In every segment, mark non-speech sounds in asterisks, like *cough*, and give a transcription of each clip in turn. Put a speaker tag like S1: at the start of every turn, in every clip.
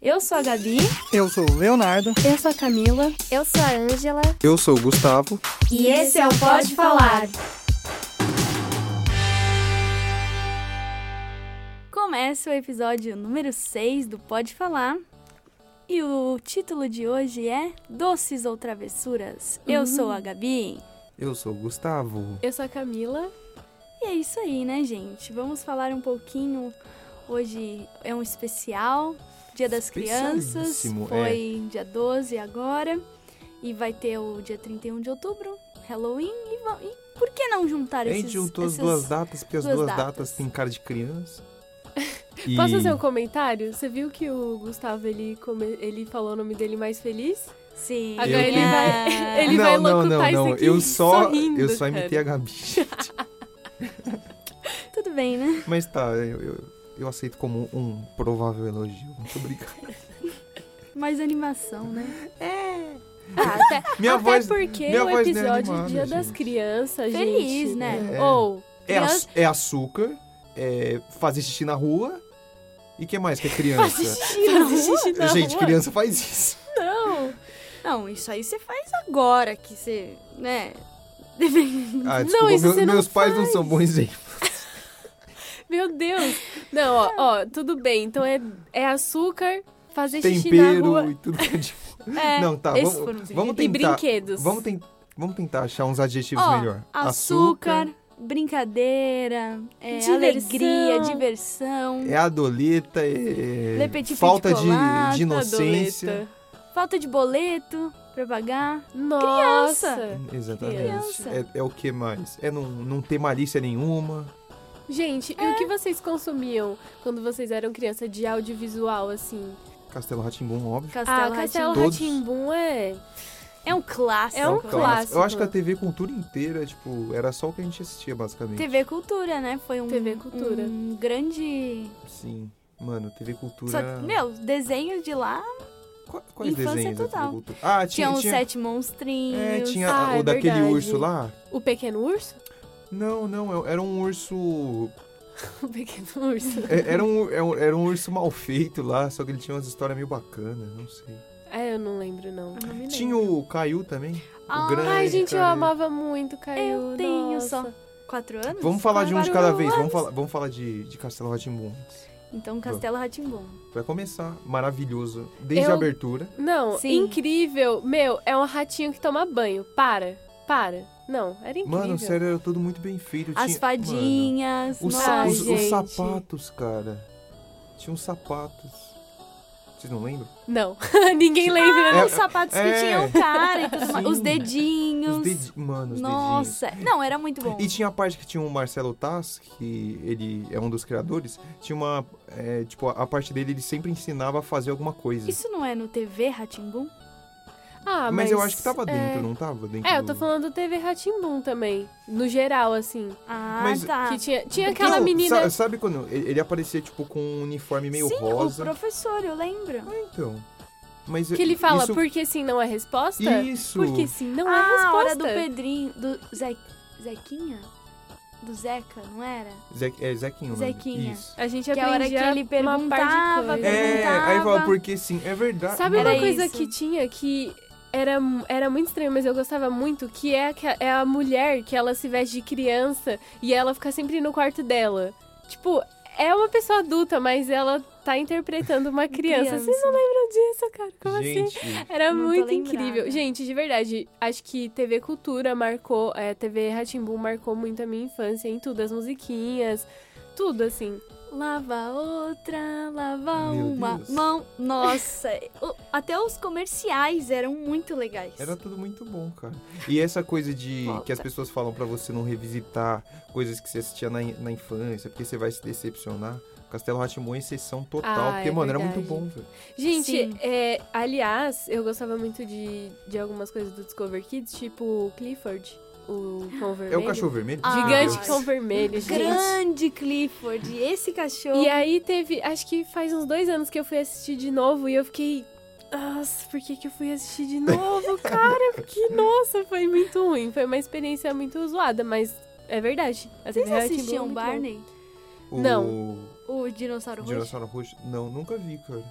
S1: Eu sou a Gabi.
S2: Eu sou o Leonardo.
S3: Eu sou a Camila.
S4: Eu sou a Ângela.
S5: Eu sou o Gustavo.
S6: E esse é o Pode Falar.
S1: Começa o episódio número 6 do Pode Falar. E o título de hoje é Doces ou Travessuras.
S6: Uhum.
S1: Eu sou a Gabi.
S5: Eu sou o Gustavo.
S3: Eu sou a Camila.
S1: E é isso aí, né, gente? Vamos falar um pouquinho. Hoje é um especial, Dia das Crianças.
S5: Especialíssimo, é.
S1: Foi dia 12 agora. E vai ter o dia 31 de outubro, Halloween. E, va- e por que não juntar
S5: A
S1: esses
S5: gente juntou as
S1: esses-
S5: um duas datas, porque as
S1: duas
S5: duas
S1: datas.
S5: datas têm cara de criança. E-
S3: *laughs* Posso fazer um comentário? Você viu que o Gustavo, ele, come- ele falou o nome dele mais feliz?
S1: Sim.
S3: Agora
S5: Eu-
S3: ele
S1: *laughs*
S3: vai, ele
S5: não,
S3: vai
S5: não,
S3: locutar
S5: não, não.
S3: isso aqui
S5: eu só,
S3: sorrindo,
S5: eu só imitei a
S3: cara.
S5: Gabi. *laughs*
S1: Tudo bem, né?
S5: Mas tá, eu, eu, eu aceito como um provável elogio. Muito
S3: *laughs*
S5: obrigado.
S1: Mais animação, né?
S3: Ah, até,
S5: Minha
S3: até
S5: voz
S3: porque
S5: minha
S3: o
S5: voz não é
S3: episódio
S5: animada,
S3: Dia das
S5: gente.
S3: Crianças,
S1: Feliz,
S3: gente.
S1: né?
S5: É.
S3: Ou,
S5: é,
S3: criança-
S5: aç- é açúcar, é fazer xixi na rua. E que mais que
S3: *laughs*
S5: é criança?
S3: fazer xixi na
S5: gente,
S3: rua?
S5: criança faz isso.
S3: Não.
S1: Não, isso aí você faz agora que você, né? Depende.
S5: Ah,
S3: Não,
S5: desculpa,
S3: isso
S5: meu-
S3: você não
S5: meus pais não são bons aí.
S3: Meu Deus. Não, ó, ó, tudo bem. Então é, é açúcar, fazer xixi na
S5: Tempero
S3: rua.
S5: e tudo que é de-
S3: *laughs* É,
S5: Não, tá,
S3: esses
S5: vamos-
S3: foram os
S5: vamos
S3: e
S5: tentar-
S3: brinquedos.
S5: Vamos, ten- vamos tentar achar uns adjetivos
S1: Ó,
S5: melhor.
S1: açúcar, brincadeira, é,
S3: Diversão.
S1: alegria, diversão,
S5: É adoleta, é.
S1: Le petit
S5: falta
S1: petit
S5: de, de
S1: colata,
S5: inocência.
S3: Doleta.
S1: falta de boleto pra pagar.
S3: Nossa.
S5: Exatamente.
S1: Criança.
S5: É, é o que mais? É não, não ter malícia nenhuma.
S3: Gente, e o que vocês consumiam quando vocês eram criança de audiovisual, assim?
S5: Castelo Ratimbum, óbvio.
S1: Castelo
S3: ah, Castelo
S1: Rá-Tim-Bum.
S5: Todos.
S3: Ratimbum é...
S1: É um clássico.
S3: É um clássico.
S5: Eu acho que a TV cultura inteira, tipo, era só o que a gente assistia, basicamente.
S1: TV Cultura, né? Foi um,
S3: TV Cultura.
S1: um grande...
S5: Sim. Mano, TV Cultura.
S1: Só, meu, desenho de lá
S5: Qua- Quais
S1: infância
S5: desenhos da
S1: total.
S5: TV Cultura? Ah, tinha.
S1: tinha os
S5: tinha...
S1: sete monstrinhos.
S5: É, tinha
S3: Ah,
S5: o
S3: é
S5: daquele
S3: verdade.
S5: urso lá.
S3: O Pequeno Urso? *laughs*
S5: Não, não, era um urso.
S3: O Pequeno Urso.
S5: é- Era um, é um- era um urso mal feito lá, só que ele tinha umas histórias meio bacanas, não sei.
S3: É, eu não lembro, não.
S1: Eu não me
S5: Tinha
S1: lembro.
S5: o Caio também.
S1: Ah,
S5: o grande.
S3: Ai, gente, eu
S5: Caio.
S3: amava muito, Caio.
S1: Eu tenho
S3: nossa.
S1: só. Quatro anos?
S5: Vamos falar de um de cada
S3: Barulho,
S5: vez. Vamos falar, vamos falar de, de Castelo Ratimbum.
S1: Então, Castelo Ratimbum.
S5: Pra começar, maravilhoso. Desde
S3: Eu-
S5: a abertura.
S3: Não,
S1: Sim.
S3: incrível. Meu, é um ratinho que toma banho. Para, para. Não, era incrível.
S5: Mano, sério, era tudo muito bem feito.
S1: As
S5: tinha- Mano,
S1: fadinhas.
S5: os,
S1: nossa.
S5: sa-
S3: Ai,
S5: os- os
S3: gente.
S5: sapatos, cara. Tinha uns sapatos. Vocês não lembram?
S3: Não, *laughs*
S1: *laughs*
S3: ninguém lembra.
S5: É,
S1: os sapatos que
S5: é.
S1: tinha o cara e tudo mais.
S5: Sim.
S1: Os dedinhos.
S5: Os dedi... Mano, os dedinhos.
S1: Nossa. Não, era muito bom.
S5: E tinha a parte que tinha o Marcelo Taz, que ele é um dos criadores, tinha uma. é, tipo, a, a parte dele ele sempre ensinava a fazer alguma coisa.
S1: Isso não é no TV Ratimbum?
S3: Ah,
S5: mas,
S3: mas,
S5: eu acho que tava
S3: é...
S5: dentro, né? não tava? Dentro
S3: É, eu tô
S5: do-
S3: falando do TV Ratimbum também. No geral, assim.
S1: Ah,
S5: Mas-
S1: tá.
S3: Que tinha, tinha
S5: Porque
S3: aquela
S5: não,
S3: menina.
S5: sa- sabe quando? Ele, ele aparecia, tipo, com um uniforme meio
S1: Sim,
S5: rosa.
S1: o professor, eu lembro.
S3: é
S5: Então. Mas
S3: Que ele fala,
S5: isso...
S3: porque sim não é resposta?
S5: Isso.
S3: Porque sim não é
S1: ah,
S3: resposta.
S1: a hora do Pedrinho, do Ze... Zequinha? Do Zeca, não era?
S5: Ze... É, Zequinho. o nome dele.
S1: Zequinha.
S5: Isso.
S3: A gente
S1: Que é a hora que
S3: aprendia
S1: ele
S3: uma par de
S1: perguntava, né?
S3: coisas.
S5: É, aí
S1: perguntava.
S5: fala, porque sim. É verdade.
S3: Sabe
S1: Era
S3: uma coisa
S1: isso.
S3: que tinha que era, era muito estranho, mas eu gostava muito, que é, que é a mulher que ela se veste de criança e ela fica sempre no quarto dela. Tipo, é uma pessoa adulta, mas ela tá interpretando uma criança.
S1: Criança.
S3: Vocês não lembram disso, cara? Como assim?
S5: Gente,
S3: Era
S1: Não tô
S3: muito
S1: lembrada.
S3: incrível. Gente, de verdade, acho que TV Cultura marcou, é, TV Ratimbu marcou muito a minha infância em tudo, as musiquinhas, tudo assim.
S1: Lava outra, lava
S5: Meu
S1: uma
S5: Deus.
S1: mão. Nossa, o- até os comerciais eram muito legais.
S5: Era tudo muito bom, cara. E essa coisa de
S1: Volta.
S5: que as pessoas falam pra você não revisitar coisas que você assistia na, na infância, porque você vai se decepcionar. Castelo Ratimon é exceção total,
S3: Ah,
S5: porque,
S3: é
S5: mano, era
S3: verdade.
S5: muito bom, velho.
S3: Gente,
S1: Sim.
S3: é, aliás, eu gostava muito de, de algumas coisas do Discover Kids, tipo Clifford, o cão vermelho.
S5: É o cachorro vermelho?
S1: Ah,
S3: Gigante
S5: Meu
S3: cão
S5: Deus.
S3: vermelho, gente.
S1: Grande Clifford, esse cachorro.
S3: E aí teve, acho que faz uns dois anos que eu fui assistir de novo e eu fiquei... Nossa, por que, que eu fui assistir
S5: *laughs*
S3: de novo, cara? Porque, nossa, foi muito ruim. Foi uma experiência muito zoada, mas é verdade. A
S1: Vocês
S3: TV Rá-Tim-Bum é
S1: assistiam
S3: muito boa.
S1: Barney?
S5: O
S3: Não.
S1: O Dinossauro Roxo?
S5: Dinossauro Roxo? Não, nunca vi, cara.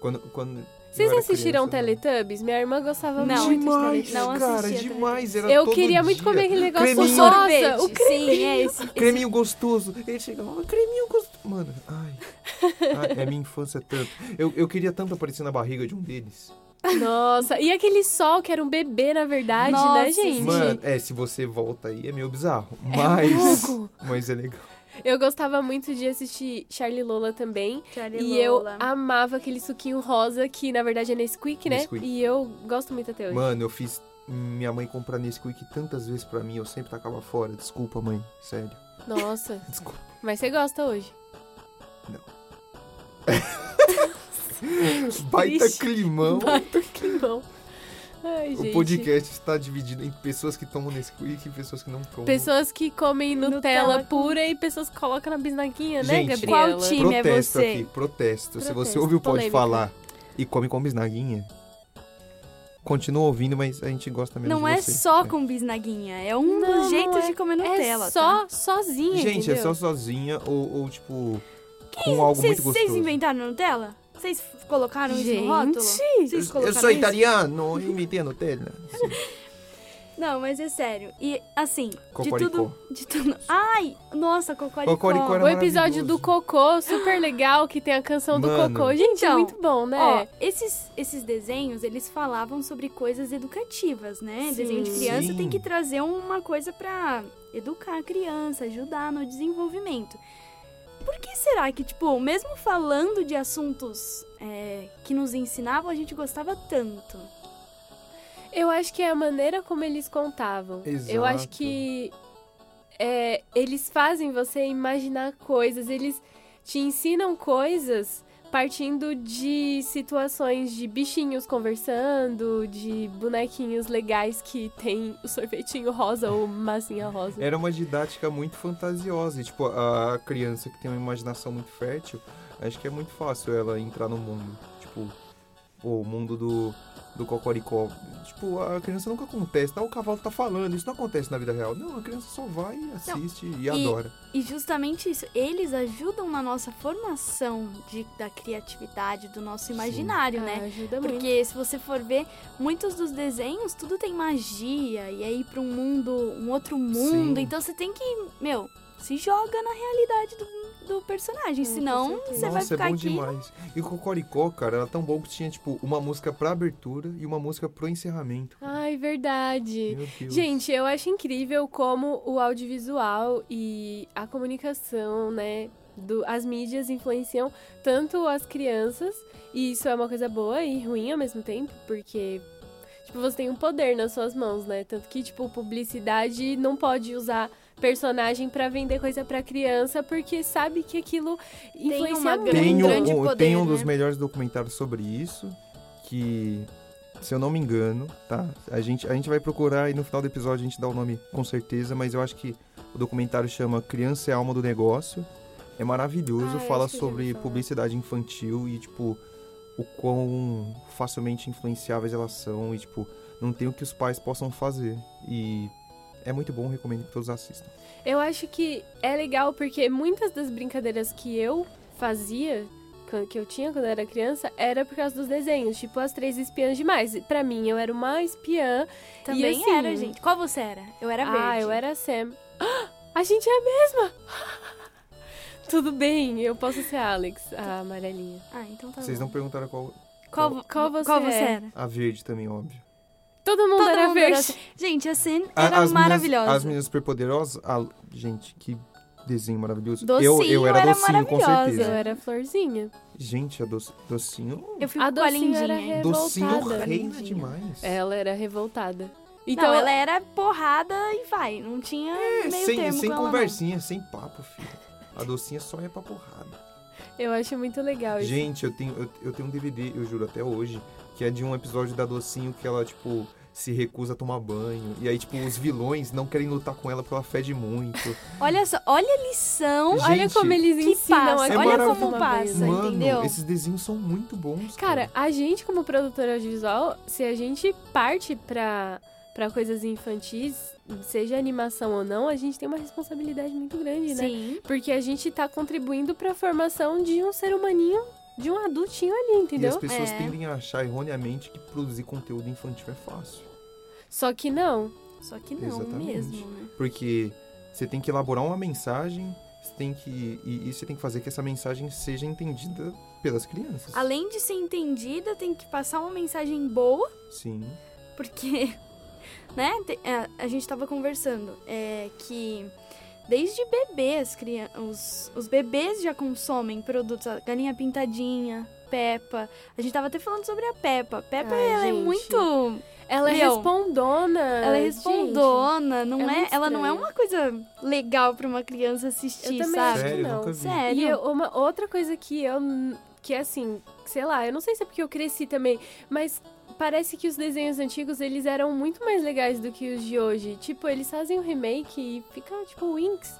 S5: Quando, quando eu
S3: Vocês
S5: era
S3: assistiram
S5: criança, né?
S3: Teletubbies? Minha irmã gostava
S1: Não.
S3: muito
S5: Demais,
S3: de
S1: Não
S3: Teletubbies.
S5: cara,
S1: assistia
S5: demais. Era
S3: Eu
S5: todo
S3: queria muito
S5: dia.
S3: comer aquele negócio
S1: O
S5: Creminho.
S3: rosa.
S1: sorvete.
S3: O cre-
S1: Sim, é esse. esse-
S5: Creminho gostoso. Ele chegava, "Ah, creminho gostoso. Mano,
S3: *laughs*
S5: ai. ai, é minha infância tanto. Eu, eu queria tanto aparecer na barriga de um deles.
S3: Nossa, e aquele sol que era um bebê, na verdade,
S1: Nossa,
S3: né, gente?
S5: Mano, é, se você volta aí é meio bizarro. Mas. mas é legal.
S3: Eu gostava muito de assistir Charlie Lola também.
S1: Charlie
S3: E eu
S1: Lola.
S3: amava aquele suquinho rosa que, na verdade, é Nesquik, né?
S5: Nesquik.
S3: E eu gosto muito até hoje.
S5: Mano, eu fiz minha mãe comprar Nesquik tantas vezes pra mim, eu sempre tacava fora. Desculpa, mãe. Sério.
S3: Nossa,
S5: Desculpa.
S3: mas você
S5: *laughs*
S3: gosta hoje.
S5: Baita
S3: triste.
S5: climão.
S3: Baita climão. Ai,
S5: O
S3: gente.
S5: podcast está dividido em pessoas que tomam Nesquik e pessoas que não tomam.
S3: Pessoas que comem Nutella,
S1: Nutella com-
S3: pura e pessoas que colocam na bisnaguinha, né,
S5: Gente,
S3: Gabriela?
S1: qual ti- time é
S5: Protesto
S1: você?
S5: aqui, protesto. Se você
S3: Protesto,
S5: ouviu, pode
S3: polêmica.
S5: falar. E come com bisnaguinha. Continua ouvindo, mas a gente gosta mesmo
S1: Não
S5: de
S1: é
S5: você.
S1: só com bisnaguinha, é um
S3: Não,
S1: dos
S3: não
S1: jeitos
S3: é.
S1: de comer
S3: É
S1: Nutella. tá?
S3: só sozinha,
S5: Gente,
S3: entendeu?
S5: é só sozinha ou, ou, tipo, com algo
S1: Vocês-
S5: muito gostoso.
S1: Vocês inventaram Nutella? Vocês f- colocaram isso
S3: Gente.
S1: no rótulo? Vocês
S5: Eu- eu
S1: colocaram
S5: sou
S1: isso?
S5: italiano, eu inventei a Nutella. Sim.
S1: Não, mas é sério. E assim, de
S5: Cocoricó.
S1: tudo. De tudo. Ai, nossa, Cocoricó.
S5: Cocoricó era
S3: O episódio
S5: maravilhoso.
S3: do Cocô, super legal, que tem a canção do
S5: Mano.
S3: Cocô. Gente, é
S1: Então,
S3: muito bom, né?
S1: Ó, esses, esses desenhos, eles falavam sobre coisas educativas, né?
S3: Sim.
S1: Desenho de criança
S5: Sim.
S1: tem que trazer uma coisa pra educar a criança, ajudar no desenvolvimento. Por que será que, tipo, mesmo falando de assuntos é, que nos ensinavam, a gente gostava tanto?
S3: Eu acho que é a maneira como eles contavam. Eu acho
S5: Exato.
S3: que é, eles fazem você imaginar coisas, eles te ensinam coisas partindo de situações de bichinhos conversando, de bonequinhos legais que tem o sorvetinho rosa ou massinha rosa.
S5: Era uma didática muito fantasiosa. E, tipo, a criança que tem uma imaginação muito fértil, acho que é muito fácil ela entrar no mundo. Tipo, pô, o mundo do, do cocoricó. Tipo, a criança nunca acontece. Ah, o cavalo tá falando, isso não acontece na vida real. Não, a criança só vai, assiste e, adora.
S1: E justamente isso, eles ajudam na nossa formação de, da criatividade, do nosso imaginário, né?
S3: Ah, ajuda muito.
S1: Porque se você for ver, muitos dos desenhos, tudo tem magia, e aí pra um mundo, um outro mundo.
S5: Sim.
S1: Então você tem que, meu, se joga na realidade do, do personagem.
S3: Sim,
S1: senão
S3: com certeza.
S1: você vai
S5: Nossa, é
S1: ficar
S5: bom
S1: aqui.
S5: demais. E o Cocoricó, cara, era tão bom que tinha, tipo, uma música pra abertura e uma música pro encerramento.
S3: Ai, verdade.
S5: Meu Deus.
S3: Gente, eu acho incrível como o audiovisual e a comunicação, né? Do, as mídias influenciam tanto as crianças, e isso é uma coisa boa e ruim ao mesmo tempo, porque tipo, você tem um poder nas suas mãos, né? Tanto que, tipo, publicidade não pode usar personagem pra vender coisa pra criança, porque sabe que aquilo influencia
S1: uma
S3: muito.
S1: grande-
S5: Tem
S1: um
S5: um,
S1: grande
S5: um-
S1: poder,
S5: tem um dos
S1: né?
S5: melhores documentários sobre isso, que, se eu não me engano, tá? A gente, a gente vai procurar e no final do episódio a gente dá o nome com certeza, mas eu acho que o documentário chama Criança é a Alma do Negócio. É maravilhoso,
S3: Ah, eu
S5: fala
S3: acho que eu já ouvi
S5: sobre
S3: falar.
S5: publicidade infantil e, tipo, o quão facilmente influenciáveis elas são e, tipo, não tem o que os pais possam fazer. E é muito bom, recomendo que todos assistam.
S3: Eu acho que é legal porque muitas das brincadeiras que eu fazia, quan- que eu tinha quando era criança, era por causa dos desenhos, tipo as três espiãs demais. Pra mim, eu era uma espiã.
S1: Também
S3: assim-
S1: era, gente. Qual você era? Eu era verde.
S3: Ah, eu era a Sam. *gasps* Ah, a gente é a mesma! *laughs* Tudo bem, eu posso ser a Alex, a amarelinha.
S1: Ah, então tá
S5: Vocês
S1: bom.
S5: não perguntaram qual.
S1: Qual,
S5: qual-
S1: vo-
S3: qual você
S1: qual você
S3: é?
S1: era?
S5: A verde também, óbvio.
S3: Todo mundo
S1: Todo
S3: era
S1: mundo era assim.
S3: verde.
S1: Gente, a Sen
S5: A-
S1: era
S5: as
S1: maravilhosa.
S5: Meninas, as meninas superpoderosas. ah, gente, que desenho maravilhoso. eu,
S1: Docinho
S5: eu era,
S1: era
S5: docinho, com
S1: maravilhosa.
S5: certeza.
S3: Eu era a florzinha.
S5: Gente, a doce, docinho.
S1: Eu fico
S3: A
S1: com a
S3: docinho era
S1: lindinha.
S3: revoltada.
S5: docinho reina
S1: Lindinha.
S5: demais.
S1: É.
S3: Ela era revoltada. Então,
S1: Então ela era porrada e vai. Não tinha
S5: É,
S1: meio
S5: sem,
S1: termo
S5: sem
S1: com ela, não.
S5: conversinha, sem papo, filho. A docinha só é pra porrada.
S3: eu acho muito legal isso.
S5: Gente, eu tenho, eu, eu tenho um DVD, eu juro, até hoje, que é de um episódio da Docinho que ela, tipo, se recusa a tomar banho. E aí, tipo, os vilões não querem lutar com ela porque ela fede muito.
S1: Olha só, olha a lição.
S5: Gente,
S3: Olha como eles
S1: que
S3: ensinam
S1: passa.
S3: a
S5: É
S3: criança
S5: maravilhoso.
S3: a tomar banho, né?
S1: Nossa,
S5: Mano,
S1: entendeu?
S5: esses desenhos são muito bons.
S3: Cara, a gente como produtora audiovisual, se a gente parte pra, pra coisas infantis, seja animação ou não, a gente tem uma responsabilidade muito grande, né?
S1: Sim.
S3: Porque a gente tá contribuindo pra formação de um ser humaninho de um adultinho ali,
S5: E as
S3: entendeu?
S5: pessoas
S1: É.
S5: tendem a achar erroneamente que produzir conteúdo infantil é fácil.
S3: Só que não.
S1: Só que não
S5: Exatamente.
S1: mesmo, né?
S5: Porque você tem que elaborar uma mensagem, você tem que. E, e você tem que fazer que essa mensagem seja entendida pelas crianças.
S1: Além de ser entendida, tem que passar uma mensagem boa,
S5: Sim.
S1: porque, *laughs* né? te- é, A gente tava conversando é, que desde bebê as crian- os, os bebês já consomem produtos, a galinha pintadinha, Peppa. A gente tava até falando sobre a Peppa. Peppa
S3: Ai,
S1: ela é
S3: gente.
S1: muito
S3: Ela é
S1: Meu,
S3: respondona.
S1: Ela é
S3: gente.
S1: respondona, não
S3: é
S1: é,
S3: muito
S1: ela não é
S3: estranho.
S1: uma coisa legal pra uma criança assistir,
S3: Eu também
S1: sabe?
S3: acho que
S5: Sério,
S3: não.
S5: nunca vi.
S1: Sério.
S3: E É, eu- uma outra coisa que eu. Que assim, sei lá, eu não sei se é porque eu cresci também, mas parece que os desenhos antigos eles eram muito mais legais do que os de hoje. Tipo, eles fazem um remake e fica tipo Winx.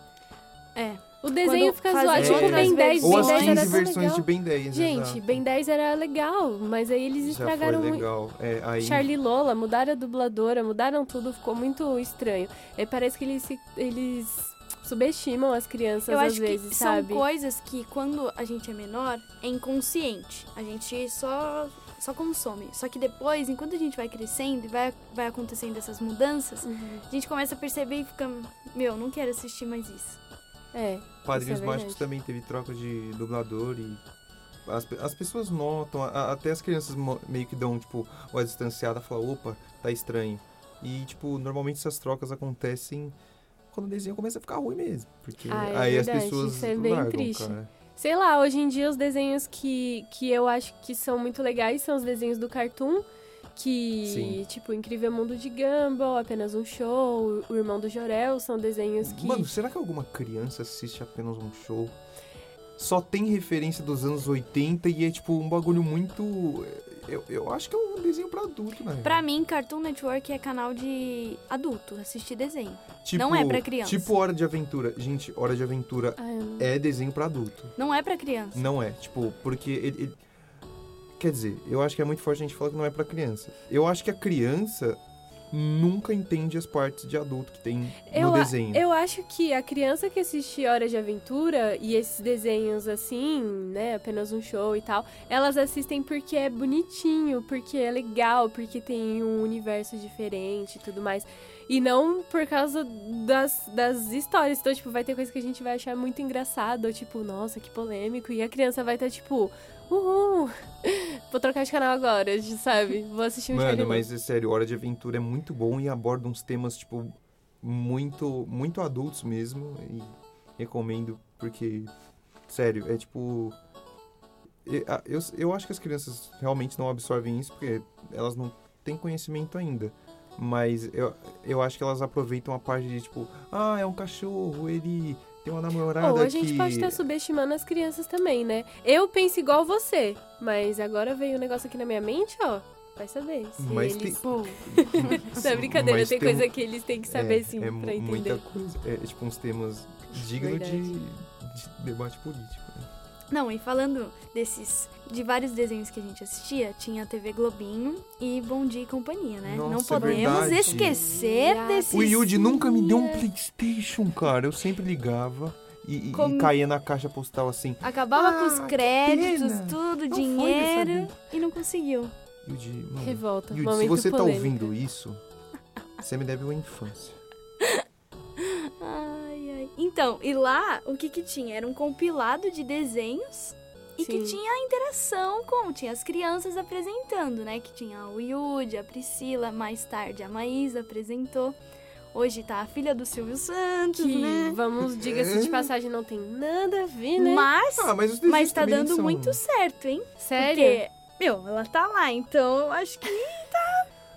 S1: É.
S3: O desenho
S1: Quando
S3: fica
S1: fazem
S3: zoado. Tipo,
S5: outras
S3: Ben 10,
S1: versões.
S5: Ou
S3: Ben
S5: as
S1: era
S3: 10
S5: 15
S3: era tão
S5: versões
S3: legal.
S5: de Ben 10,
S3: Gente,
S5: exato.
S3: Ben 10 era legal, mas aí eles
S5: Já foi
S3: estragaram muito.
S5: legal. É, aí,
S3: Charlie e Lola, mudaram a dubladora, mudaram tudo, ficou muito estranho. É, parece que eles, se- eles subestimam as crianças
S1: Eu
S3: às
S1: acho
S3: vezes,
S1: que
S3: sabe?
S1: são coisas que quando a gente é menor é inconsciente. A gente só só consome. Só que depois, enquanto a gente vai crescendo e vai, vai acontecendo essas mudanças,
S3: Uhum.
S1: a gente começa a perceber e fica, meu, não quero assistir mais isso.
S3: É.
S5: Padrinhos
S3: Isso é
S5: Mágicos
S3: verdade.
S5: também teve troca de dublador e as, pe- as pessoas notam, a- a- até as crianças mo- meio que dão, tipo, uma distanciada, falam, opa, tá estranho. E, tipo, normalmente essas trocas acontecem quando o desenho começa a ficar ruim mesmo. Porque
S3: Ah, é
S5: aí as
S3: verdade,
S5: pessoas
S3: isso é bem
S5: largam,
S3: triste.
S5: cara.
S3: Sei lá, hoje em dia os desenhos que, que eu acho que são muito legais são os desenhos do Cartoon, que,
S5: Sim.
S3: tipo, Incrível Mundo de Gumball, Apenas um Show, O Irmão do Jorel, são desenhos que...
S5: Mano, será que alguma criança assiste apenas um show? Só tem referência dos anos 80 e é, tipo, um bagulho muito... Eu, eu acho que é um desenho pra adulto, né?
S1: Pra mim, Cartoon Network é canal de adulto, assistir desenho.
S5: Tipo-
S1: Não é pra criança.
S5: Tipo Hora de Aventura. Gente, Hora de Aventura
S3: Ai, eu não-
S5: é desenho pra adulto.
S1: Não é pra criança.
S5: Não é. Tipo, porque ele, ele- Quer dizer, eu acho que é muito forte a gente falar que não é pra criança. Eu acho que a criança nunca entende as partes de adulto que tem
S3: Eu,
S5: no
S3: a-
S5: desenho.
S3: eu acho que a criança que assiste Hora de Aventura e esses desenhos assim, né, apenas um show e tal, elas assistem porque é bonitinho, porque é legal, porque tem um universo diferente e tudo mais. E não por causa das, das histórias. Então, tipo, vai ter coisa que a gente vai achar muito engraçado, ou tipo, nossa, que polêmico. E a criança vai estar tipo, uhul, *laughs* vou trocar de canal agora, sabe? Vou assistir um Charlie
S5: Mano,
S3: Brown.
S5: mas é sério, Hora de Aventura é muito bom e aborda uns temas, tipo, muito, muito adultos mesmo. E recomendo, porque, sério, é tipo. e- a- Eu, eu acho que as crianças realmente não absorvem isso, porque elas não têm conhecimento ainda. Mas eu, eu acho que elas aproveitam a parte de, tipo, ah, é um cachorro, ele tem uma namorada
S3: Ou Oh, a gente
S5: que...
S3: pode
S5: *laughs*
S3: estar subestimando as crianças também, né? Eu penso igual você, mas agora veio um negócio aqui na minha mente, ó. Vai saber. Se
S5: Mas
S3: eles...
S5: tem-
S1: Pô,
S3: *laughs* Não, é brincadeira,
S5: Mas
S3: tem,
S5: tem um-
S3: coisa que eles têm que saber sim
S5: é, mu-
S3: assim, pra entender.
S5: muita coisa. É, tipo, uns temas dignos de, de debate político. né?
S1: Não, e falando desses, de vários desenhos que a gente assistia, tinha a TV Globinho e Bom Dia e Companhia, né?
S5: Nossa,
S1: Não
S5: é
S1: podemos
S5: verdade.
S1: esquecer
S3: Verdade.
S1: desses.
S5: O Yudi nunca me deu um Playstation, cara. Eu sempre ligava e, e-
S1: Como-
S5: e caía na caixa postal assim.
S1: Acabava
S5: Ah,
S1: com os
S5: que
S1: créditos,
S5: pena.
S1: tudo,
S5: Não
S1: dinheiro, e não conseguiu.
S5: Yudi, mano,
S3: Revolta,
S5: Yudi, se
S3: momento
S5: você tá
S3: polêmico.
S5: ouvindo isso, você me deve uma infância.
S1: Ai, ai. Então, e lá, o que que tinha? Era um compilado de desenhos e que
S3: Sim.
S1: tinha a interação com... Tinha as crianças apresentando, né? Que tinha o Yudi, a Priscila, mais tarde a Maísa apresentou. Hoje tá a filha do Silvio Santos,
S3: Que,
S1: né?
S3: vamos, diga-se de passagem, não tem nada a ver, né?
S1: Mas,
S5: Ah, mas os desenhos
S1: mas tá
S5: também um
S1: dando
S5: são-
S1: muito certo, hein?
S3: Sério?
S1: Porque, meu, ela tá lá, então eu acho que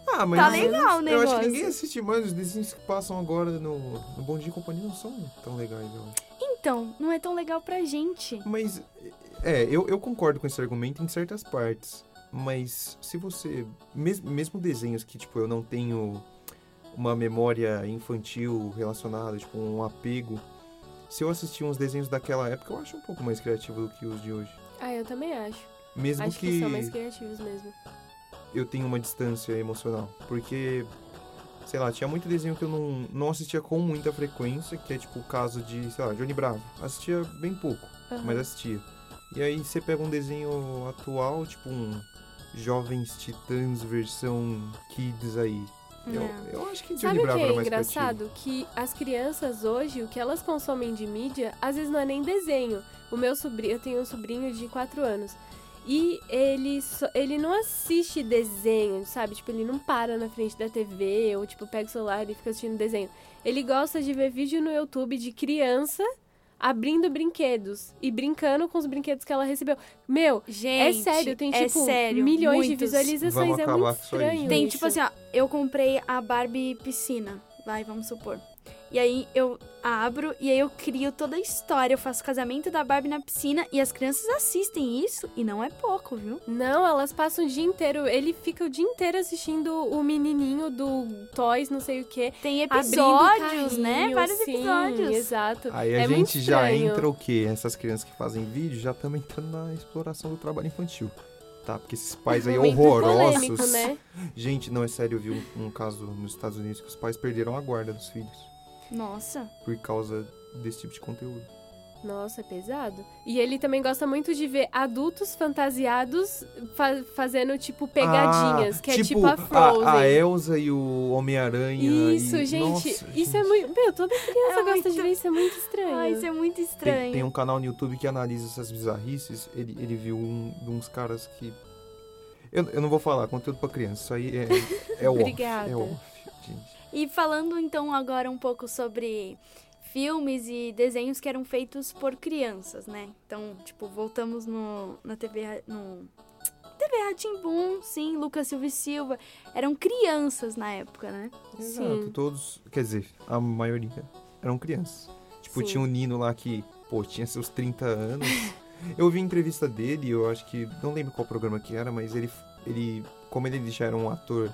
S5: Ah, mas
S1: tá
S5: eu-
S1: legal o
S5: Eu
S1: negócio.
S5: acho que ninguém assiste mais os desenhos que passam agora no, no Bom Dia e Companhia não são tão legais, eu acho.
S1: Então, não é tão legal pra gente.
S5: Mas, é, eu, eu concordo com esse argumento em certas partes. Mas se você. mes- mesmo desenhos que, tipo, eu não tenho uma memória infantil relacionada, tipo, um apego. Se eu assistir uns desenhos daquela época, eu acho um pouco mais criativo do que os de hoje.
S3: Ah, eu também acho.
S5: Mesmo
S3: acho que...
S5: que
S3: são mais criativos mesmo.
S5: eu tenho uma distância emocional. Porque, sei lá, tinha muito desenho que eu não, não assistia com muita frequência, que é tipo o caso de, sei lá, Johnny Bravo. Assistia bem pouco,
S3: Aham.
S5: mas assistia. E aí você pega um desenho atual, tipo um Jovens Titãs versão Kids aí. Eu,
S1: É.
S5: eu acho que
S3: Sabe
S5: Johnny
S3: o que
S5: Bravo
S3: é
S5: era mais criativo.
S3: engraçado? Que as crianças hoje, o que elas consomem de mídia, às vezes não é nem desenho. O meu sobrinho, eu tenho um sobrinho de 4 anos. E ele, só- ele não assiste desenho, sabe? Tipo, ele não para na frente da TV ou, tipo, pega o celular e fica assistindo desenho. Ele gosta de ver vídeo no YouTube de criança abrindo brinquedos e brincando com os brinquedos que ela recebeu. Meu,
S1: Gente,
S3: é sério, tem, tipo,
S1: é sério,
S3: milhões de
S1: muitos.
S3: visualizações.
S5: Vamos
S3: É muito
S5: acabar com isso aí,
S3: estranho.
S5: gente.
S1: Tem,
S3: isso.
S1: tipo assim, ó, eu comprei a Barbie piscina, vai, vamos supor. E aí eu abro e aí eu crio toda a história, eu faço o casamento da Barbie na piscina e as crianças assistem isso e não é pouco, viu?
S3: Não, elas passam o dia inteiro. Ele fica o dia inteiro assistindo o menininho do Toys, não sei o quê.
S1: Tem
S3: abrindo
S1: episódios, né?
S3: carrinho,
S1: Vários
S3: sim,
S1: episódios.
S3: Exato.
S5: Aí a
S3: É muito
S5: gente já
S3: estranho.
S5: entra o quê? Essas crianças que fazem vídeo já estão entrando na exploração do trabalho infantil. Tá? Porque esses pais
S3: *laughs*
S5: aí
S3: Momento
S5: horrorosos.
S3: polêmico, né?
S5: Gente, não, é sério, eu vi um, um caso nos Estados Unidos que os pais perderam a guarda dos filhos
S1: Nossa.
S5: por causa desse tipo de conteúdo.
S3: Nossa, é pesado. E ele também gosta muito de ver adultos fantasiados fa- fazendo, tipo, pegadinhas,
S5: Ah,
S3: que é tipo a Frozen.
S5: A, Elsa e o Homem-Aranha.
S3: Isso,
S5: e-
S3: gente,
S5: Nossa,
S3: isso
S5: gente.
S3: é muito. Meu, toda criança
S1: É
S3: gosta de
S1: muito-
S3: ver, isso é muito estranho.
S1: Ai, isso é muito
S5: Tem,
S1: estranho.
S5: tem um canal no YouTube que analisa essas bizarrices. Ele, ele viu um, de uns caras que. Eu, eu não vou falar, conteúdo pra criança. Isso aí
S3: *laughs*
S5: é, é off.
S3: Obrigada.
S5: É off, gente.
S1: E falando então agora um pouco sobre filmes e desenhos que eram feitos por crianças, né? Então, tipo, voltamos no, na TV, Ra- no TV Ratimbum, sim, Lucas Silva e Silva, eram crianças na época, né?
S5: Exato, todos. Quer dizer, a maioria eram crianças. Tipo,
S3: Sim.
S5: tinha um Nino lá que, pô, tinha seus 30 anos. eu vi entrevista dele, eu acho que. Não lembro qual programa que era, mas ele. ele como ele já era um ator,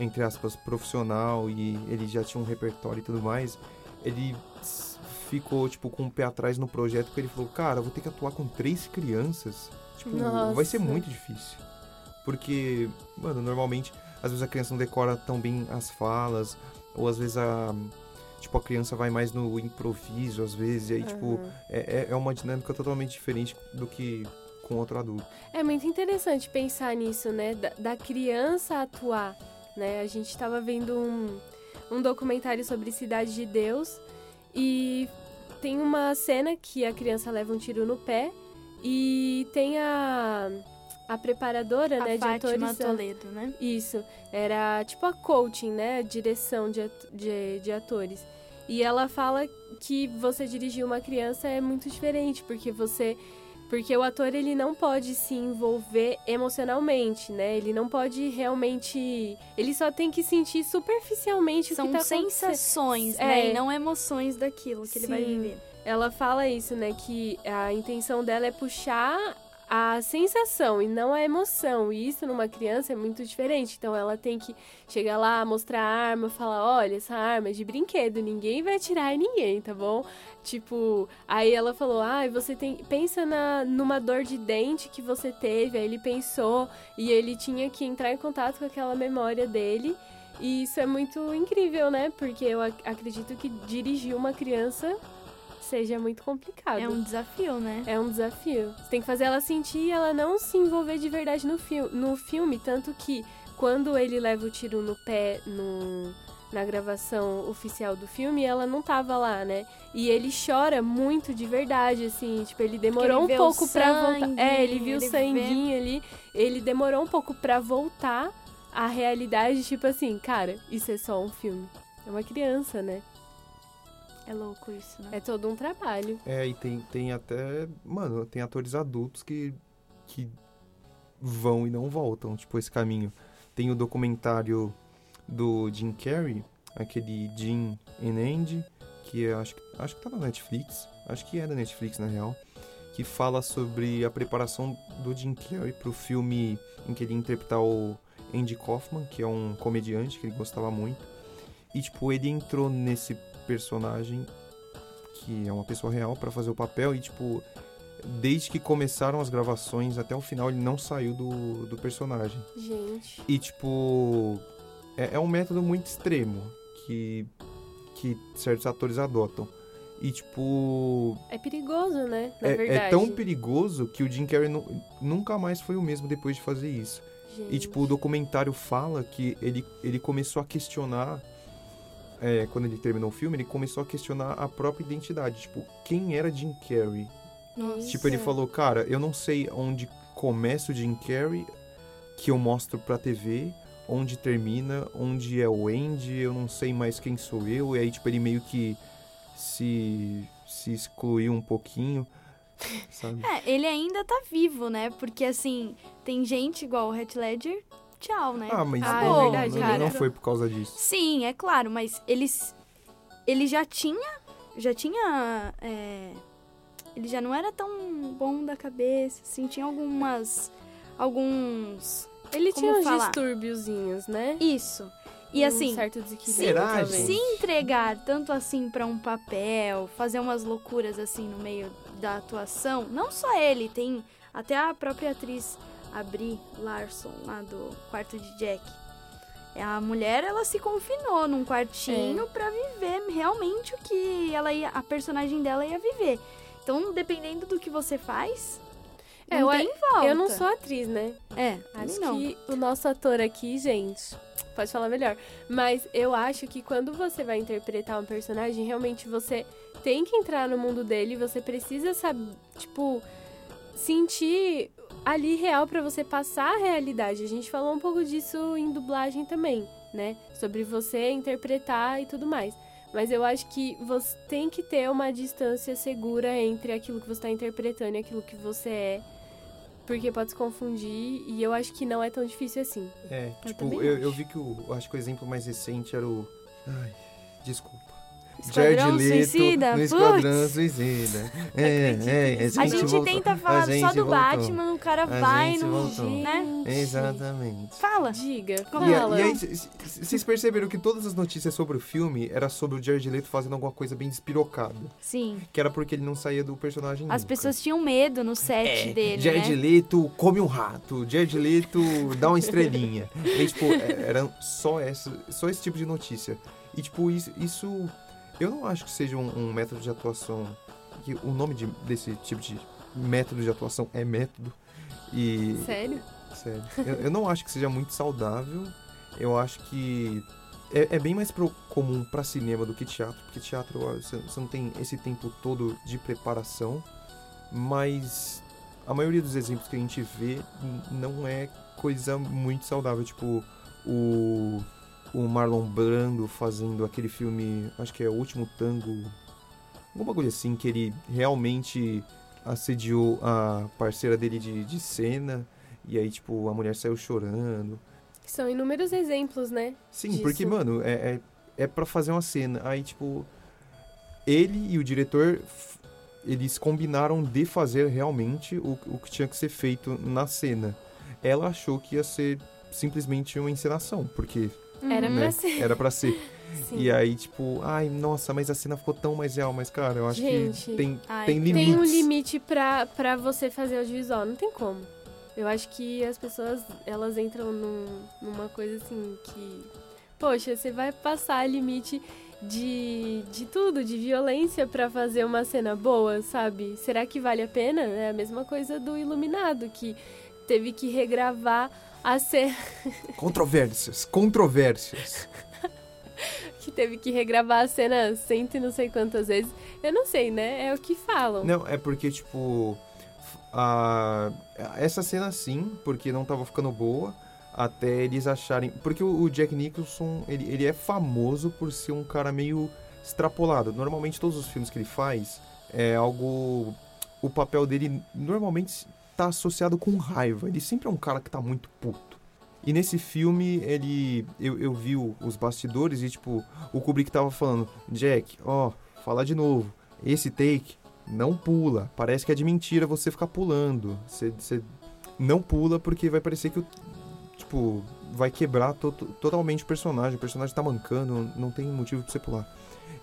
S5: entre aspas, profissional e ele já tinha um repertório e tudo mais, ele s- ficou, tipo, com o pé atrás no projeto, porque ele falou, cara, eu vou ter que atuar com três crianças. Tipo, vai ser
S3: Nossa.
S5: muito difícil. Porque, mano, normalmente, às vezes a criança não decora tão bem as falas, ou às vezes a. Tipo, a criança vai mais no improviso, às vezes, e aí, tipo,
S3: Aham.
S5: é, é- é uma dinâmica totalmente diferente do que com outro adulto.
S3: É muito interessante pensar nisso, né? Da, da criança atuar, né? A gente tava vendo um, um documentário sobre Cidade de Deus e tem uma cena que a criança leva um tiro no pé e tem a, a preparadora,
S1: A
S3: né, de
S1: Fátima
S3: atores...
S1: Toledo, né?
S3: Isso, era tipo a coaching, né? A direção de, at- de, de atores. E ela fala que você dirigir uma criança é muito diferente, porque você. Porque o ator ele não pode se envolver emocionalmente, né? Ele não pode realmente. Ele só tem que sentir superficialmente o
S1: São
S3: que tá acontecendo.
S1: sensações, né?
S3: É.
S1: E não emoções daquilo que ele vai
S3: Sim.
S1: viver.
S3: Ela fala isso, né? Que a intenção dela é puxar a sensação e não a emoção. E isso numa criança é muito diferente. Então ela tem que chegar lá, mostrar a arma, falar: olha, essa arma é de brinquedo, ninguém vai atirar em ninguém, tá bom? Tipo, aí ela falou: ah, você tem. Pensa na, numa dor de dente que você teve. Aí ele pensou e ele tinha que entrar em contato com aquela memória dele. E isso é muito incrível, né? Porque eu ac- acredito que dirigir uma criança seja muito complicado.
S1: É um desafio, né?
S3: É um desafio. Você tem que fazer ela sentir e ela não se envolver de verdade no, fil no filme. Tanto que quando ele leva o tiro no pé no- na gravação oficial do filme, ela não tava lá, né? E ele chora muito de verdade, assim. Tipo, ele demorou
S1: ele
S3: um
S1: vê o
S3: pouco pra
S1: sangue,
S3: voltar. É, ele viu
S1: ele
S3: o
S1: vê-
S3: sanguinho ali. Ele demorou um pouco pra voltar à realidade. Tipo assim, cara, isso é só um filme. É uma criança, né?
S1: É louco isso, né?
S3: É todo um trabalho.
S5: É, e tem, tem até. Mano, tem atores adultos que. que vão e não voltam, tipo, esse caminho. Tem o documentário do Jim Carrey, aquele Jim and Andy, que eu acho, que- acho que tá na Netflix. Acho que é da Netflix, na real. Que fala sobre a preparação do Jim Carrey pro filme em que ele ia interpretar o Andy Kaufman, que é um comediante que ele gostava muito. E, tipo, ele entrou nesse personagem que é uma pessoa real pra fazer o papel e tipo desde que começaram as gravações até o final ele não saiu do, do personagem
S3: Gente.
S5: e tipo é, é um método muito extremo que que certos atores adotam E, tipo,
S3: É perigoso, né? Na
S5: é,
S3: verdade.
S5: é tão perigoso que o Jim Carrey nu- nunca mais foi o mesmo depois de fazer isso.
S3: Gente.
S5: E, tipo, o documentário fala que ele, ele começou a questionar. é, quando ele terminou o filme, ele começou a questionar a própria identidade. Tipo, quem era Jim Carrey?
S3: É.
S1: Nossa.
S5: Tipo, ele falou, cara, eu não sei onde começa o Jim Carrey, que eu mostro pra TV, onde termina, onde é o Andy, eu não sei mais quem sou eu. E aí, tipo, ele meio que se, se excluiu
S1: *laughs*
S5: um pouquinho, sabe?
S1: É, ele ainda tá vivo, né? Porque assim, tem gente igual o Heath Ledger, tchau, né?
S5: Ah, mas
S3: Ah,
S1: é
S5: não,
S1: verdade,
S5: não-
S1: cara.
S5: não foi por causa disso.
S1: Sim, é claro, mas eles. Ele já tinha. Já tinha. é, ele já não era tão bom da cabeça, assim, tinha algumas. Alguns.
S3: Ele
S1: Como
S3: tinha uns
S1: falar?
S3: distúrbiozinho, né?
S1: Isso. E assim,
S3: Um certo desequilíbrio,
S5: Será,
S3: talvez.
S5: gente?
S1: se entregar tanto assim pra um papel, fazer umas loucuras assim no meio da atuação, não só ele, tem até a própria atriz Abri Larson lá do quarto de Jack. É, A mulher, ela se confinou num
S3: É.
S1: quartinho pra viver realmente o que ela ia, a personagem dela ia viver. Então, dependendo do que você faz,
S3: É,
S1: não
S3: eu-
S1: tem volta.
S3: Eu não sou atriz, né?
S1: É, também
S3: Acho
S1: não.
S3: que o nosso ator aqui, gente, pode falar melhor. Mas eu acho que quando você vai interpretar um personagem, realmente você tem que entrar no mundo dele, você precisa saber, tipo, sentir ali real pra você passar a realidade. A gente falou um pouco disso em dublagem também, né? Sobre você interpretar e tudo mais. Mas eu acho que você tem que ter uma distância segura entre aquilo que você está interpretando e aquilo que você é. Porque pode se confundir e eu acho que não é tão difícil assim.
S5: É,
S1: Eu
S5: tipo,
S1: também
S5: eu,
S1: acho.
S5: eu vi que o. eu Acho que o exemplo mais recente era o. Ai, desculpa.
S1: Esquadrão
S5: Jared Leto
S1: Suicida,
S5: no
S1: putz.
S5: Esquadrão Suicida. É, é,
S1: A
S5: gente
S1: gente
S5: voltou-
S1: tenta falar
S5: gente
S1: só do
S5: voltou.
S1: Batman, o cara
S5: A
S1: vai
S5: gente
S1: no.
S5: voltou.
S1: Né?
S5: Exatamente.
S1: Fala.
S3: Diga,
S1: Como
S5: E, a-
S3: fala.
S5: e aí, c- c- vocês perceberam que todas as notícias sobre o filme era sobre o Jared Leto fazendo alguma coisa bem despirocada.
S1: Sim.
S5: Que era porque ele não saía do personagem
S1: As
S5: nunca.
S1: pessoas tinham medo no set
S5: É,
S1: dele,
S5: Jared
S1: né?
S5: Leto come um rato, Jared Leto dá uma estrelinha. e, tipo, é- eram só, essa, só esse tipo de notícia. E, tipo, isso... isso- eu não acho que seja um, um método de atuação... que o nome de- desse tipo de método de atuação é método. E...
S3: Sério?
S5: Sério. Eu, eu não acho que seja muito saudável. Eu acho que é, é bem mais pro- comum pra cinema do que teatro, porque teatro ó, você, você não tem esse tempo todo de preparação. Mas a maioria dos exemplos que a gente vê n- não é coisa muito saudável. Tipo, o, o Marlon Brando fazendo aquele filme, acho que é O Último Tango, algum bagulho assim, que ele realmente assediou a parceira dele de, de cena. E aí, tipo, a mulher saiu chorando.
S3: São inúmeros exemplos, né?
S5: Sim,
S3: Disso.
S5: porque, mano, é, é, é pra fazer uma cena. Aí, tipo, ele e o diretor, f- eles combinaram de fazer realmente o, o que tinha que ser feito na cena. Ela achou que ia ser simplesmente uma encenação, porque
S3: Era
S1: Uhum.
S5: né,
S3: pra ser. assim.
S5: era pra ser.
S3: *laughs* Sim.
S5: E aí, tipo, ai, nossa, mas a cena ficou tão mais real. Mas, cara, eu acho
S3: Gente,
S5: que tem,
S1: Ai,
S5: tem limites.
S3: Tem um limite pra, pra você fazer audiovisual, não tem como. Eu acho que as pessoas, elas entram num- numa coisa assim que... Poxa, você vai passar limite de, de tudo, de violência pra fazer uma cena boa, sabe? Será que vale a pena? É a mesma coisa do Iluminado, que teve que regravar a cena... *laughs*
S5: Controvérsias, controvérsias.
S3: que teve que regravar a cena cento e não sei quantas vezes. Eu não sei, né? É o que falam.
S5: Não, é porque, tipo. f- A... Essa cena sim, porque não tava ficando boa. Até eles acharem. Porque o o Jack Nicholson, ele, ele é famoso por ser um cara meio extrapolado. Normalmente, todos os filmes que ele faz é algo. O papel dele normalmente tá associado com raiva. Ele sempre é um cara que tá muito puto. E nesse filme, ele. Eu, eu vi o- os bastidores e, tipo, o Kubrick tava falando: Jack, ó, fala de novo. Esse take não pula. Parece que é de mentira você ficar pulando. Você, você não pula porque vai parecer que o. Tipo, vai quebrar to- to- totalmente o personagem. O personagem tá mancando, não tem motivo pra você pular.